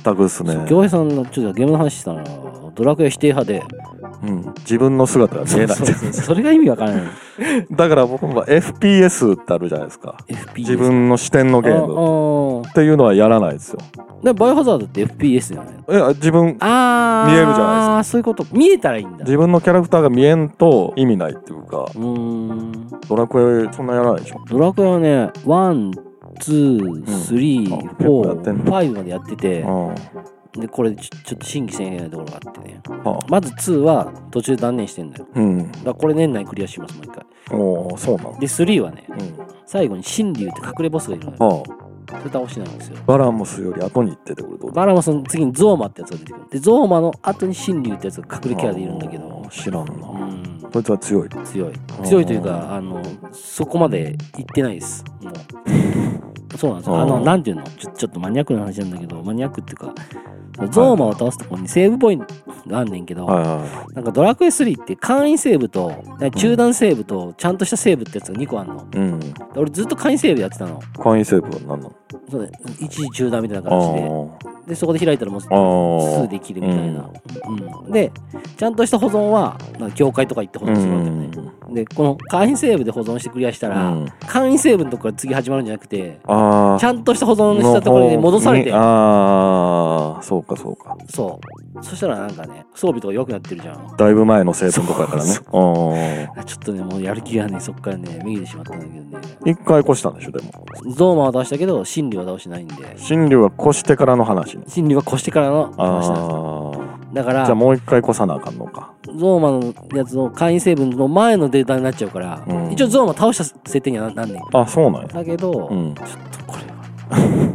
[SPEAKER 2] 全くですね
[SPEAKER 1] そう京平さんのちょっとゲームの話したらドラクエ否定派で
[SPEAKER 2] うん、自分の姿が見えない
[SPEAKER 1] そうそうそうそれが意味わからない
[SPEAKER 2] だから僕も FPS ってあるじゃないですか
[SPEAKER 1] FPS
[SPEAKER 2] 自分の視点のゲーム
[SPEAKER 1] ム
[SPEAKER 2] っていうのはやらないですよ
[SPEAKER 1] でバイオハザードって FPS だよね
[SPEAKER 2] いや自分
[SPEAKER 1] ああ
[SPEAKER 2] 見えるじゃないです
[SPEAKER 1] かそういうこと見えたらいいんだ
[SPEAKER 2] 自分のキャラクターが見えんと意味ないっていうか
[SPEAKER 1] うーん
[SPEAKER 2] ドラクエそんなやらないでしょ
[SPEAKER 1] ドラクエはね、ワン、ツー、スリ
[SPEAKER 2] あ
[SPEAKER 1] ー、
[SPEAKER 2] 結
[SPEAKER 1] フ
[SPEAKER 2] 構や
[SPEAKER 1] ォ
[SPEAKER 2] ってん
[SPEAKER 1] ー、
[SPEAKER 2] の
[SPEAKER 1] ファイブまでやってて、
[SPEAKER 2] うん、は
[SPEAKER 1] で、これちょちょっと審議せなきゃいけないところがあってね。
[SPEAKER 2] あ、
[SPEAKER 1] まずツーは途中で断念してんだよ。だ
[SPEAKER 2] うん
[SPEAKER 1] からこれ年内クリアします、もう一回。
[SPEAKER 2] おおそうなんだ
[SPEAKER 1] で、スリーはね、
[SPEAKER 2] うん
[SPEAKER 1] 最後に神竜って隠れボスがいるのよ。
[SPEAKER 2] はあ
[SPEAKER 1] それ倒してないんですよ。
[SPEAKER 2] バラモスより後に行ってってこと
[SPEAKER 1] バラマその次にゾーマってやつが出てくる。で、ゾーマの後に神竜ってやつが隠れキャラでいるんだけど
[SPEAKER 2] ああ、知らんな、
[SPEAKER 1] うん、
[SPEAKER 2] こいつは強い
[SPEAKER 1] 強い。強いというか、あの、そこまで行ってないです。も う。そうなんですよ。あの、
[SPEAKER 2] うん
[SPEAKER 1] なんていうのちょちょっとマニアックな話なんだけど、マニアックっていうか、ゾーマを倒すとこにセーブポイントがあんねんけど、
[SPEAKER 2] はいは
[SPEAKER 1] なんかドラクエ3って簡易セーブと、なんか中段セーブと、ちゃんとしたセーブってやつが2個あんの。
[SPEAKER 2] いうん
[SPEAKER 1] 俺ずっと簡易セーブやってたの。
[SPEAKER 2] 簡易成分は何なの
[SPEAKER 1] そうね一時中段みたいな
[SPEAKER 2] あ
[SPEAKER 1] 感じで。で、そこで開いたらもう、
[SPEAKER 2] ー
[SPEAKER 1] 数できるみたいな、うんで、ちゃんとした保存は、なんか教会とか行って保
[SPEAKER 2] あう
[SPEAKER 1] 存するわけよね。
[SPEAKER 2] ん
[SPEAKER 1] でこの簡易セーブで保存してクリアした
[SPEAKER 2] う
[SPEAKER 1] ら、
[SPEAKER 2] ん
[SPEAKER 1] 簡易セーブのとこから次始まるんじゃなくて
[SPEAKER 2] ああ
[SPEAKER 1] ちゃんとした保存したところに戻されて
[SPEAKER 2] の方にああそうかそうか
[SPEAKER 1] そうそしたらなんかね装備とか良くなってるじゃん
[SPEAKER 2] だいぶ前の生徒とかやからね
[SPEAKER 1] そう
[SPEAKER 2] あ
[SPEAKER 1] あちょっとねもうやる気がねそっからね見えてしまったんだけどね
[SPEAKER 2] あ一回越したんでしょでも
[SPEAKER 1] ゾーマは倒したけど真理は倒してないんで
[SPEAKER 2] 新竜は越してからの話ね
[SPEAKER 1] 真理は越してからの
[SPEAKER 2] あ
[SPEAKER 1] 話なんですよ
[SPEAKER 2] あ
[SPEAKER 1] だから
[SPEAKER 2] じゃあ
[SPEAKER 1] ゾ
[SPEAKER 2] もう一回越さなあかんのか
[SPEAKER 1] ーマのやつの簡易成分の前のデータになっちゃうから、
[SPEAKER 2] うん
[SPEAKER 1] 一応ゾーマ倒した設定にはななんねん
[SPEAKER 2] あそうなんや
[SPEAKER 1] だけど、
[SPEAKER 2] うん
[SPEAKER 1] ちょっとこれは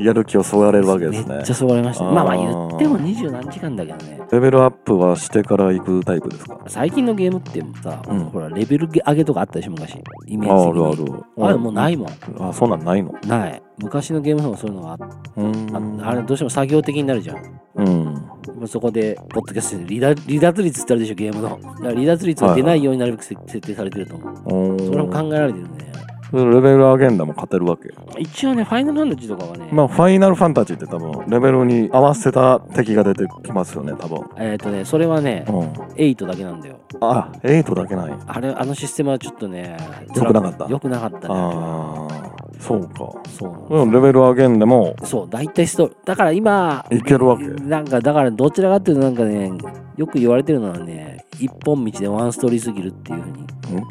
[SPEAKER 2] やる気をそがれるわけです
[SPEAKER 1] め
[SPEAKER 2] ね
[SPEAKER 1] っちゃそわれましたね
[SPEAKER 2] あー
[SPEAKER 1] まあまあ言っても二十何時間だけどね
[SPEAKER 2] レベルアップはしてから行くタイプですか
[SPEAKER 1] 最近のゲームってさ、
[SPEAKER 2] うん
[SPEAKER 1] ほらレベル上げとかあったでしょ昔イメージ
[SPEAKER 2] あ
[SPEAKER 1] 的に
[SPEAKER 2] るある
[SPEAKER 1] あれもうないもん
[SPEAKER 2] あそんなんないの
[SPEAKER 1] ない昔のゲームの方がそういうのがあっ
[SPEAKER 2] う
[SPEAKER 1] あ
[SPEAKER 2] ん
[SPEAKER 1] あれどうしても作業的になるじゃん
[SPEAKER 2] うん
[SPEAKER 1] もうそこでポッドキャストで離脱離脱率ってあるでしょゲームのだから離脱率が出ないようになるべく設設定されてると思う
[SPEAKER 2] おー
[SPEAKER 1] それも考えられてるね
[SPEAKER 2] レベル上げんだも勝てるわけ
[SPEAKER 1] 一応ねファイナルファンタジーとかはね、
[SPEAKER 2] まあファイナルファンタジーって多分レベルに合わせた敵が出てきますよね多分
[SPEAKER 1] えっ、とねそれはね
[SPEAKER 2] うん
[SPEAKER 1] 8だけなんだよ
[SPEAKER 2] あ8だけない
[SPEAKER 1] あれあのシステムはちょっとね
[SPEAKER 2] 良くなかった
[SPEAKER 1] よくなかったねあれは
[SPEAKER 2] ああそうか
[SPEAKER 1] そうなんです
[SPEAKER 2] うんレベル上げんでも
[SPEAKER 1] そう、大体ストーリー。だから今、
[SPEAKER 2] いけるわけ
[SPEAKER 1] なんか、だからどちらかっていうと、なんかね、よく言われてるのはね、一本道でワンストーリーすぎるっていうふうに、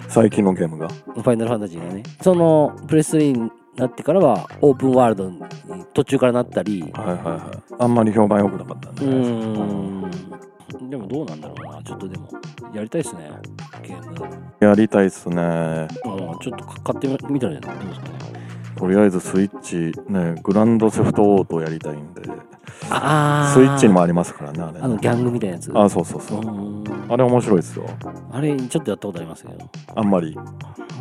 [SPEAKER 2] 最近のゲームが
[SPEAKER 1] ファイナルファンタジーがね。その、プレスリーになってからは、オープンワールドに途中からなったり、
[SPEAKER 2] はいはいはいあんまり評判良くなかったん
[SPEAKER 1] う
[SPEAKER 2] で、
[SPEAKER 1] ーん。でもどうなんだろうな、ちょっとでも、やりたいですね、ゲーム。
[SPEAKER 2] やりたいっすね
[SPEAKER 1] うん、ちょっと買ってみたらどうですかね。
[SPEAKER 2] とりあえずスイッチねグランドセフトオートやりたいんで
[SPEAKER 1] ああ
[SPEAKER 2] スイッチにもありますからね、あれね
[SPEAKER 1] あのギャングみたいなやつ
[SPEAKER 2] あ、そうそうそうう。
[SPEAKER 1] ん
[SPEAKER 2] あれ面白いですよ。
[SPEAKER 1] あれちょっとやったことありますけど
[SPEAKER 2] あんまり。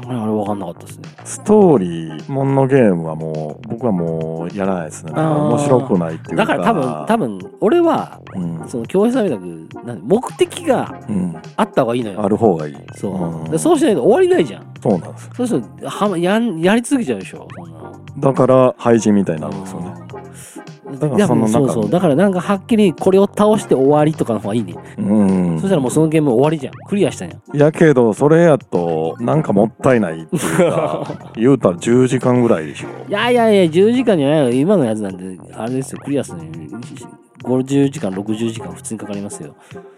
[SPEAKER 1] あれあれ分かんなかったですね
[SPEAKER 2] ストーリーもんのゲームはもう、僕はもうやらないですね。
[SPEAKER 1] あー
[SPEAKER 2] 面白くないっていう
[SPEAKER 1] だ
[SPEAKER 2] か。
[SPEAKER 1] から多分多分俺は
[SPEAKER 2] 分
[SPEAKER 1] その教室みたくなん目的が
[SPEAKER 2] うん。
[SPEAKER 1] あった方がいいの
[SPEAKER 2] うん。
[SPEAKER 1] よ
[SPEAKER 2] ある方がいい。
[SPEAKER 1] そう、
[SPEAKER 2] ん
[SPEAKER 1] でそうしないと終わりないじゃん
[SPEAKER 2] そうなんですよ。
[SPEAKER 1] そうするとはやんやり続けちゃうでしょそんなの
[SPEAKER 2] だから、廃人みたいになるんですよね。だから
[SPEAKER 1] いや
[SPEAKER 2] その中
[SPEAKER 1] そ
[SPEAKER 2] の
[SPEAKER 1] うそうだからなんかはっきりこれを倒して終わりとかの方がいいね、
[SPEAKER 2] うん。
[SPEAKER 1] そしたらもうそのゲーム終わりじゃんクリアしたんやん
[SPEAKER 2] やけど、それやと、なんかもったいないっていう か、言うたら10時間ぐらいでしょ。
[SPEAKER 1] いやいやいや10時間じゃないよ今のやつなんてあれですよクリアするのに50時間60時間普通にかかりますよ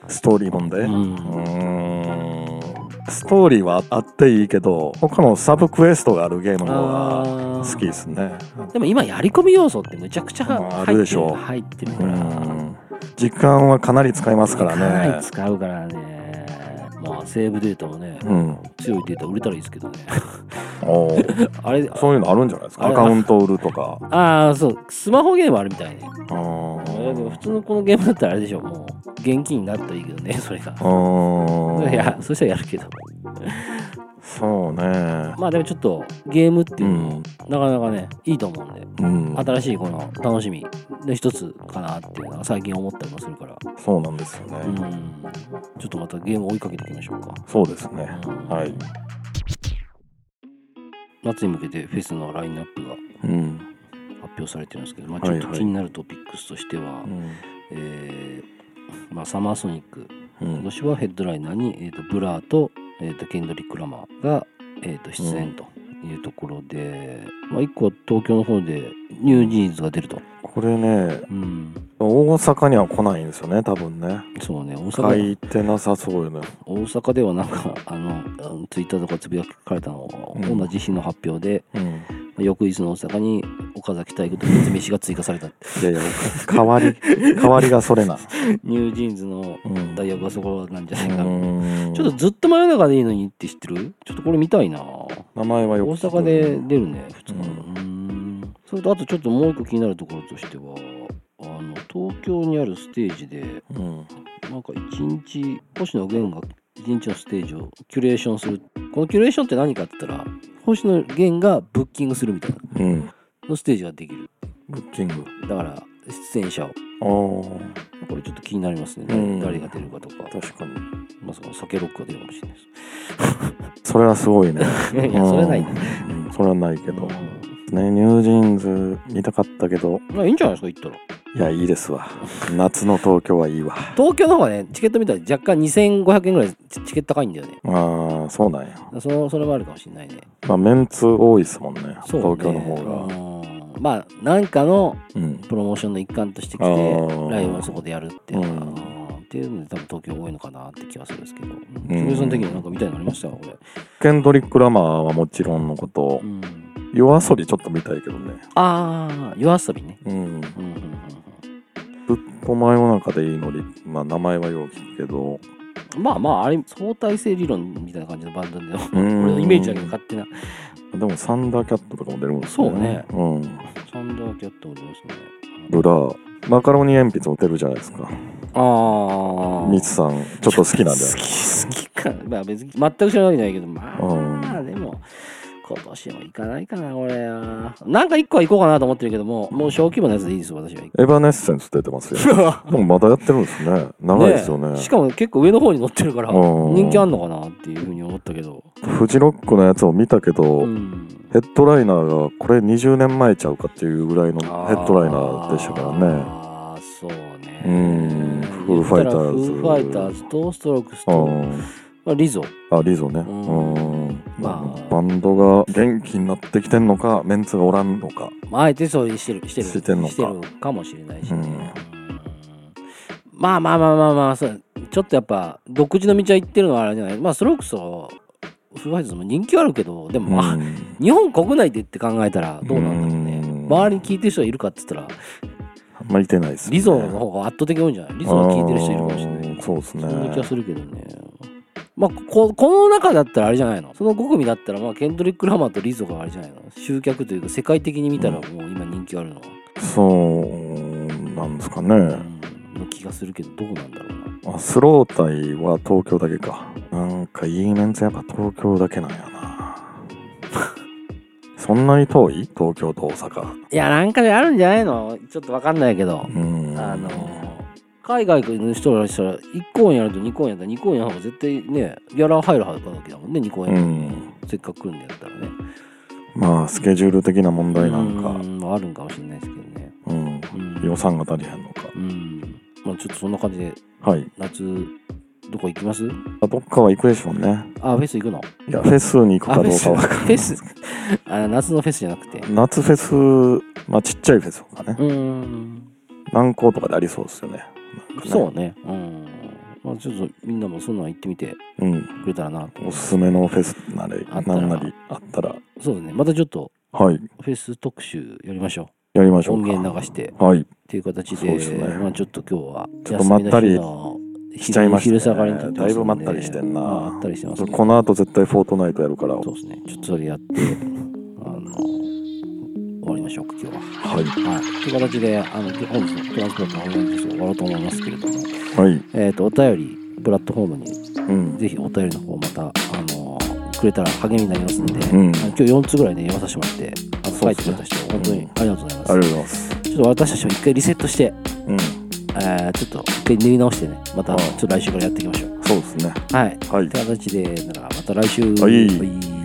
[SPEAKER 2] ストーリーもんで。
[SPEAKER 1] う
[SPEAKER 2] うんーん。ストーリーはあっていいけど、他のサブクエストがあるゲームの方
[SPEAKER 1] あ
[SPEAKER 2] が
[SPEAKER 1] ー
[SPEAKER 2] 好きですね。
[SPEAKER 1] でも今やり込み要素ってむちゃくちゃ入
[SPEAKER 2] まあ
[SPEAKER 1] っ
[SPEAKER 2] あ
[SPEAKER 1] て
[SPEAKER 2] る
[SPEAKER 1] る
[SPEAKER 2] でしょう
[SPEAKER 1] 入ってる
[SPEAKER 2] う
[SPEAKER 1] から
[SPEAKER 2] ん。時間はかなり使いますから
[SPEAKER 1] かな
[SPEAKER 2] ね
[SPEAKER 1] り。使うからねまあセーブデータもね
[SPEAKER 2] うん。
[SPEAKER 1] 強いデータ売れたらいいですけどね
[SPEAKER 2] おー
[SPEAKER 1] あれ
[SPEAKER 2] そういうのあるんじゃないですか。
[SPEAKER 1] あ
[SPEAKER 2] ア
[SPEAKER 1] れ
[SPEAKER 2] カウント売るとか。
[SPEAKER 1] ああそうスマホゲームあるみたいね
[SPEAKER 2] あ
[SPEAKER 1] いやでも普
[SPEAKER 2] ー
[SPEAKER 1] 通のこのゲームだったらあれでしょもう現金になるといいけどねそれが
[SPEAKER 2] あー
[SPEAKER 1] いやそしたらやるけど
[SPEAKER 2] そうね。
[SPEAKER 1] まあでもちょっとゲームって
[SPEAKER 2] う
[SPEAKER 1] いうのも
[SPEAKER 2] ん。
[SPEAKER 1] なかなかねいいと思うんで
[SPEAKER 2] うん。
[SPEAKER 1] 新しいこの楽しみの一つかなっていうのは最近思ったりもするから
[SPEAKER 2] そうなんですよね。
[SPEAKER 1] うんちょっとまたゲーム追いかけていきましょうか
[SPEAKER 2] そうですね。
[SPEAKER 1] うん
[SPEAKER 2] はい。
[SPEAKER 1] 夏に向けてフェスのラインナップが
[SPEAKER 2] うん。
[SPEAKER 1] 発表されてるんですけど、まあ、
[SPEAKER 2] は
[SPEAKER 1] ち
[SPEAKER 2] い
[SPEAKER 1] ょ
[SPEAKER 2] は
[SPEAKER 1] っ
[SPEAKER 2] い
[SPEAKER 1] と気になるトピックスとしては、
[SPEAKER 2] うん
[SPEAKER 1] えーまあ、サマーソニック
[SPEAKER 2] うん
[SPEAKER 1] 今年はヘッドライナーに、えー、とブラーと,、えー、とケンドリック・ラマーが、えー、と出演というところで、まあ、1個は東京の方でニュージーンズが出ると、
[SPEAKER 2] これね、
[SPEAKER 1] うん、
[SPEAKER 2] 大阪には来ないんですよね、多分ね。
[SPEAKER 1] そうね大
[SPEAKER 2] 書
[SPEAKER 1] 阪
[SPEAKER 2] いてなさそうよね。
[SPEAKER 1] 大阪ではなんかあのあのツイッターとかつぶやかれたのは、
[SPEAKER 2] うん
[SPEAKER 1] 同じ日の発表で、
[SPEAKER 2] うん。
[SPEAKER 1] まあ翌日の大阪に岡崎体育と水飯が追加さ れた
[SPEAKER 2] いやいや、代わり、代わりがそれな。
[SPEAKER 1] ニュージーンズの
[SPEAKER 2] うん。
[SPEAKER 1] 代役はそこなんじゃないか、
[SPEAKER 2] うん
[SPEAKER 1] ちょっとずっと真夜中でいいのにって知ってるちょっとこれ見たいな
[SPEAKER 2] 名前はよく
[SPEAKER 1] 大
[SPEAKER 2] 聞く
[SPEAKER 1] 阪で出るね普通に、
[SPEAKER 2] う
[SPEAKER 1] うんそれとあとちょっともう一個気になるところとしてはあの東京にあるステージで
[SPEAKER 2] うん。
[SPEAKER 1] なんか一日星野源が一日のステージをキュレーションするこのキュレーションって何かって言ったら星野源がブッキングするみたいな
[SPEAKER 2] うん。
[SPEAKER 1] のステージができる
[SPEAKER 2] ブッキング。
[SPEAKER 1] だから出演者を
[SPEAKER 2] おー
[SPEAKER 1] これちょっと気になりますね、
[SPEAKER 2] うん
[SPEAKER 1] 誰が出るかとか、
[SPEAKER 2] 確かに。
[SPEAKER 1] まあ、その酒ロックが出るかもしれないです
[SPEAKER 2] それはすごいね。
[SPEAKER 1] いやいやそれはないね
[SPEAKER 2] うん。うんそれはないけ
[SPEAKER 1] け
[SPEAKER 2] ど。
[SPEAKER 1] ど、
[SPEAKER 2] ね、ニュージーンズ見たかったけど、
[SPEAKER 1] まあいいんじゃないですか行ったら
[SPEAKER 2] いや、いいですわ。夏の東京はいいわ。
[SPEAKER 1] 東京の方がねチケット見たら若干2500円ぐらいチチケット高いんだよね
[SPEAKER 2] ああ、そうなんや。
[SPEAKER 1] そのそれもあるかもしれないね
[SPEAKER 2] まあ、メンツ多いですもんね。
[SPEAKER 1] そうね
[SPEAKER 2] 東京の方が。
[SPEAKER 1] うんまあなんかの
[SPEAKER 2] うん。
[SPEAKER 1] プロモーションの一環として来て
[SPEAKER 2] あー
[SPEAKER 1] ライブはそこでやるっていうのが
[SPEAKER 2] うん
[SPEAKER 1] うんっていうので多分東京多いのかなって気はするんですけど
[SPEAKER 2] ん
[SPEAKER 1] 井上さん的にはなんか見たいのありましたこれ、
[SPEAKER 2] ケンドリック・ラマーはもちろんのこと
[SPEAKER 1] う、ん、
[SPEAKER 2] 夜遊びちょっと見たいけどね。
[SPEAKER 1] ああ夜遊びね
[SPEAKER 2] うん。
[SPEAKER 1] うんうんうん
[SPEAKER 2] ずっと真夜中でいいのに、まあ名前はよく聞くけど。
[SPEAKER 1] うんまあまああれ相対性理論みたいな感じのバンドで
[SPEAKER 2] うん
[SPEAKER 1] 俺のイメージだけど勝手な
[SPEAKER 2] でもサンダーキャットとかも出るもんね。
[SPEAKER 1] そうね
[SPEAKER 2] うん。
[SPEAKER 1] サンダーキャットも出ますね
[SPEAKER 2] ブラー。マカロニ鉛筆も出るじゃないですか。
[SPEAKER 1] ああ
[SPEAKER 2] ミツさん、ちょっと好きなんだよ
[SPEAKER 1] 好。き好きかまあ別に全く知らないわけじゃないけどまあ
[SPEAKER 2] う
[SPEAKER 1] でも今年も行かないかなこれはなんか一個は行こうかなと思ってるけどももう小規模なやつでいいです私は
[SPEAKER 2] エヴァネッセンス出てますよ。 でもまだやってるんですね。長いですよね。
[SPEAKER 1] しかも結構上の方に乗ってるから
[SPEAKER 2] うん
[SPEAKER 1] 人気あんのかなっていうふうに思ったけど
[SPEAKER 2] フジロックのやつを見たけど、
[SPEAKER 1] うん
[SPEAKER 2] ヘッドライナーがこれ20年前ちゃうかっていうぐらいのヘッドライナーでしたからね。
[SPEAKER 1] ああそうね
[SPEAKER 2] うんフーファイターズ
[SPEAKER 1] 言ったらフーファイターズとストロークス
[SPEAKER 2] う
[SPEAKER 1] と、
[SPEAKER 2] ん
[SPEAKER 1] まあ、リゾ
[SPEAKER 2] あ、リゾね。
[SPEAKER 1] うん
[SPEAKER 2] うん。
[SPEAKER 1] まあ
[SPEAKER 2] バンドが元気になってきてんのか、メンツがおらんのか。
[SPEAKER 1] まあ、あえてそうしてる、してる、
[SPEAKER 2] してんのか
[SPEAKER 1] かもしれないしね。うんまあまあまあまあまあ、そうちょっとやっぱ、独自の道は行ってるのはあれじゃない。まあ、それこそ、フーファイターズも人気はあるけど、でもまあ、
[SPEAKER 2] うん
[SPEAKER 1] 日本国内でって考えたらどうなんだろうね。
[SPEAKER 2] うん
[SPEAKER 1] 周りに聞いてる人がいるかって言ったら、
[SPEAKER 2] あんまりいてないですね。
[SPEAKER 1] リゾの方が圧倒的に多いんじゃないリゾは聞いてる人いるかもしれない
[SPEAKER 2] うん。そうですね。
[SPEAKER 1] そんな気はするけどね。まあ、ここの中だったらあれじゃないのその5組だったら、まあ、ケンドリック・ラマーとリゾがあれじゃないの集客というか世界的に見たらもう今人気あるのは。
[SPEAKER 2] そう、なんですか
[SPEAKER 1] う
[SPEAKER 2] ね。
[SPEAKER 1] ん、の気がするけどどうなんだろうな
[SPEAKER 2] あスロータイは東京だけか。なんかいいメンツやっぱ東京だけなんや な。そんなに遠い東京と大阪。
[SPEAKER 1] いやなんかであるんじゃないのちょっとわかんないけど、
[SPEAKER 2] うん。
[SPEAKER 1] あの海外の人らしたら1公演やると2公演やったら2公演の方が絶対ねやら入るはずなわけだもんね2公演、
[SPEAKER 2] うん。
[SPEAKER 1] せっかく来るんだったらね
[SPEAKER 2] まあ、スケジュール的な問題なん
[SPEAKER 1] う
[SPEAKER 2] か、
[SPEAKER 1] んまああるんかもしれないですけどね
[SPEAKER 2] うん。
[SPEAKER 1] うん
[SPEAKER 2] 予算が足りへんのか。
[SPEAKER 1] うんまあちょっとそんな感じで
[SPEAKER 2] はい。
[SPEAKER 1] 夏どこ行きます
[SPEAKER 2] あどっかは行くでしょうね。
[SPEAKER 1] あフェス行くの
[SPEAKER 2] いや、フェスに行く
[SPEAKER 1] あ
[SPEAKER 2] か
[SPEAKER 1] フ
[SPEAKER 2] ど
[SPEAKER 1] ェ
[SPEAKER 2] う
[SPEAKER 1] ス
[SPEAKER 2] か
[SPEAKER 1] フ
[SPEAKER 2] は分かんない
[SPEAKER 1] ェス あ夏のフェスじゃなくて
[SPEAKER 2] 夏フェス、まあちっちゃいフェスとかね。
[SPEAKER 1] うん
[SPEAKER 2] 南港とかでありそうですよね。なんかね
[SPEAKER 1] そうねうんまあちょっとみんなもそんなん行ってみて
[SPEAKER 2] うん。
[SPEAKER 1] くれたらなと
[SPEAKER 2] おすすめのフェスなり、
[SPEAKER 1] あった
[SPEAKER 2] な
[SPEAKER 1] ら
[SPEAKER 2] んなりあったら、
[SPEAKER 1] そうだねまたちょっと
[SPEAKER 2] はい、
[SPEAKER 1] フェス特集やりましょ
[SPEAKER 2] やりまし
[SPEAKER 1] う
[SPEAKER 2] ょう
[SPEAKER 1] 音
[SPEAKER 2] か。
[SPEAKER 1] 源流して
[SPEAKER 2] はい。
[SPEAKER 1] っていう形
[SPEAKER 2] そう
[SPEAKER 1] で
[SPEAKER 2] ですね
[SPEAKER 1] まあちょっと今日は
[SPEAKER 2] ちょっとまったり
[SPEAKER 1] 休みの日の
[SPEAKER 2] しちゃいましたね
[SPEAKER 1] 昼下がりに撮ってますんで
[SPEAKER 2] だいぶまったりしてんな
[SPEAKER 1] まあまったりしてますね
[SPEAKER 2] この後絶対フォートナイトやるから、は
[SPEAKER 1] そうですね。ちょっとそれやって、あの、終わりましょうか、今日は。
[SPEAKER 2] い。
[SPEAKER 1] はい。という形で、あの、本日のトランスポートのオンラインテスト終わろうと思いますけれども、
[SPEAKER 2] はい。
[SPEAKER 1] えっ、と、お便り、プラットフォームに、
[SPEAKER 2] うん。
[SPEAKER 1] ぜひお便りの方また、あの、くれたら励みになりますんで、
[SPEAKER 2] う
[SPEAKER 1] あ
[SPEAKER 2] ん。
[SPEAKER 1] の今日4つぐらいね、読まさせてもらって、あの
[SPEAKER 2] そ
[SPEAKER 1] 書
[SPEAKER 2] う
[SPEAKER 1] いて
[SPEAKER 2] で
[SPEAKER 1] く
[SPEAKER 2] すね
[SPEAKER 1] れた人、本当にありがとうございます。
[SPEAKER 2] ありがとうございます。
[SPEAKER 1] ちょっと私たちも一回リセットして、
[SPEAKER 2] うん。
[SPEAKER 1] えーちょっと一回練り直してね、また
[SPEAKER 2] ああ
[SPEAKER 1] ちょっと来週からやっていきましょう。
[SPEAKER 2] そうですね。
[SPEAKER 1] はい。
[SPEAKER 2] はい
[SPEAKER 1] と。いう形で、ならまた来週。
[SPEAKER 2] はい
[SPEAKER 1] い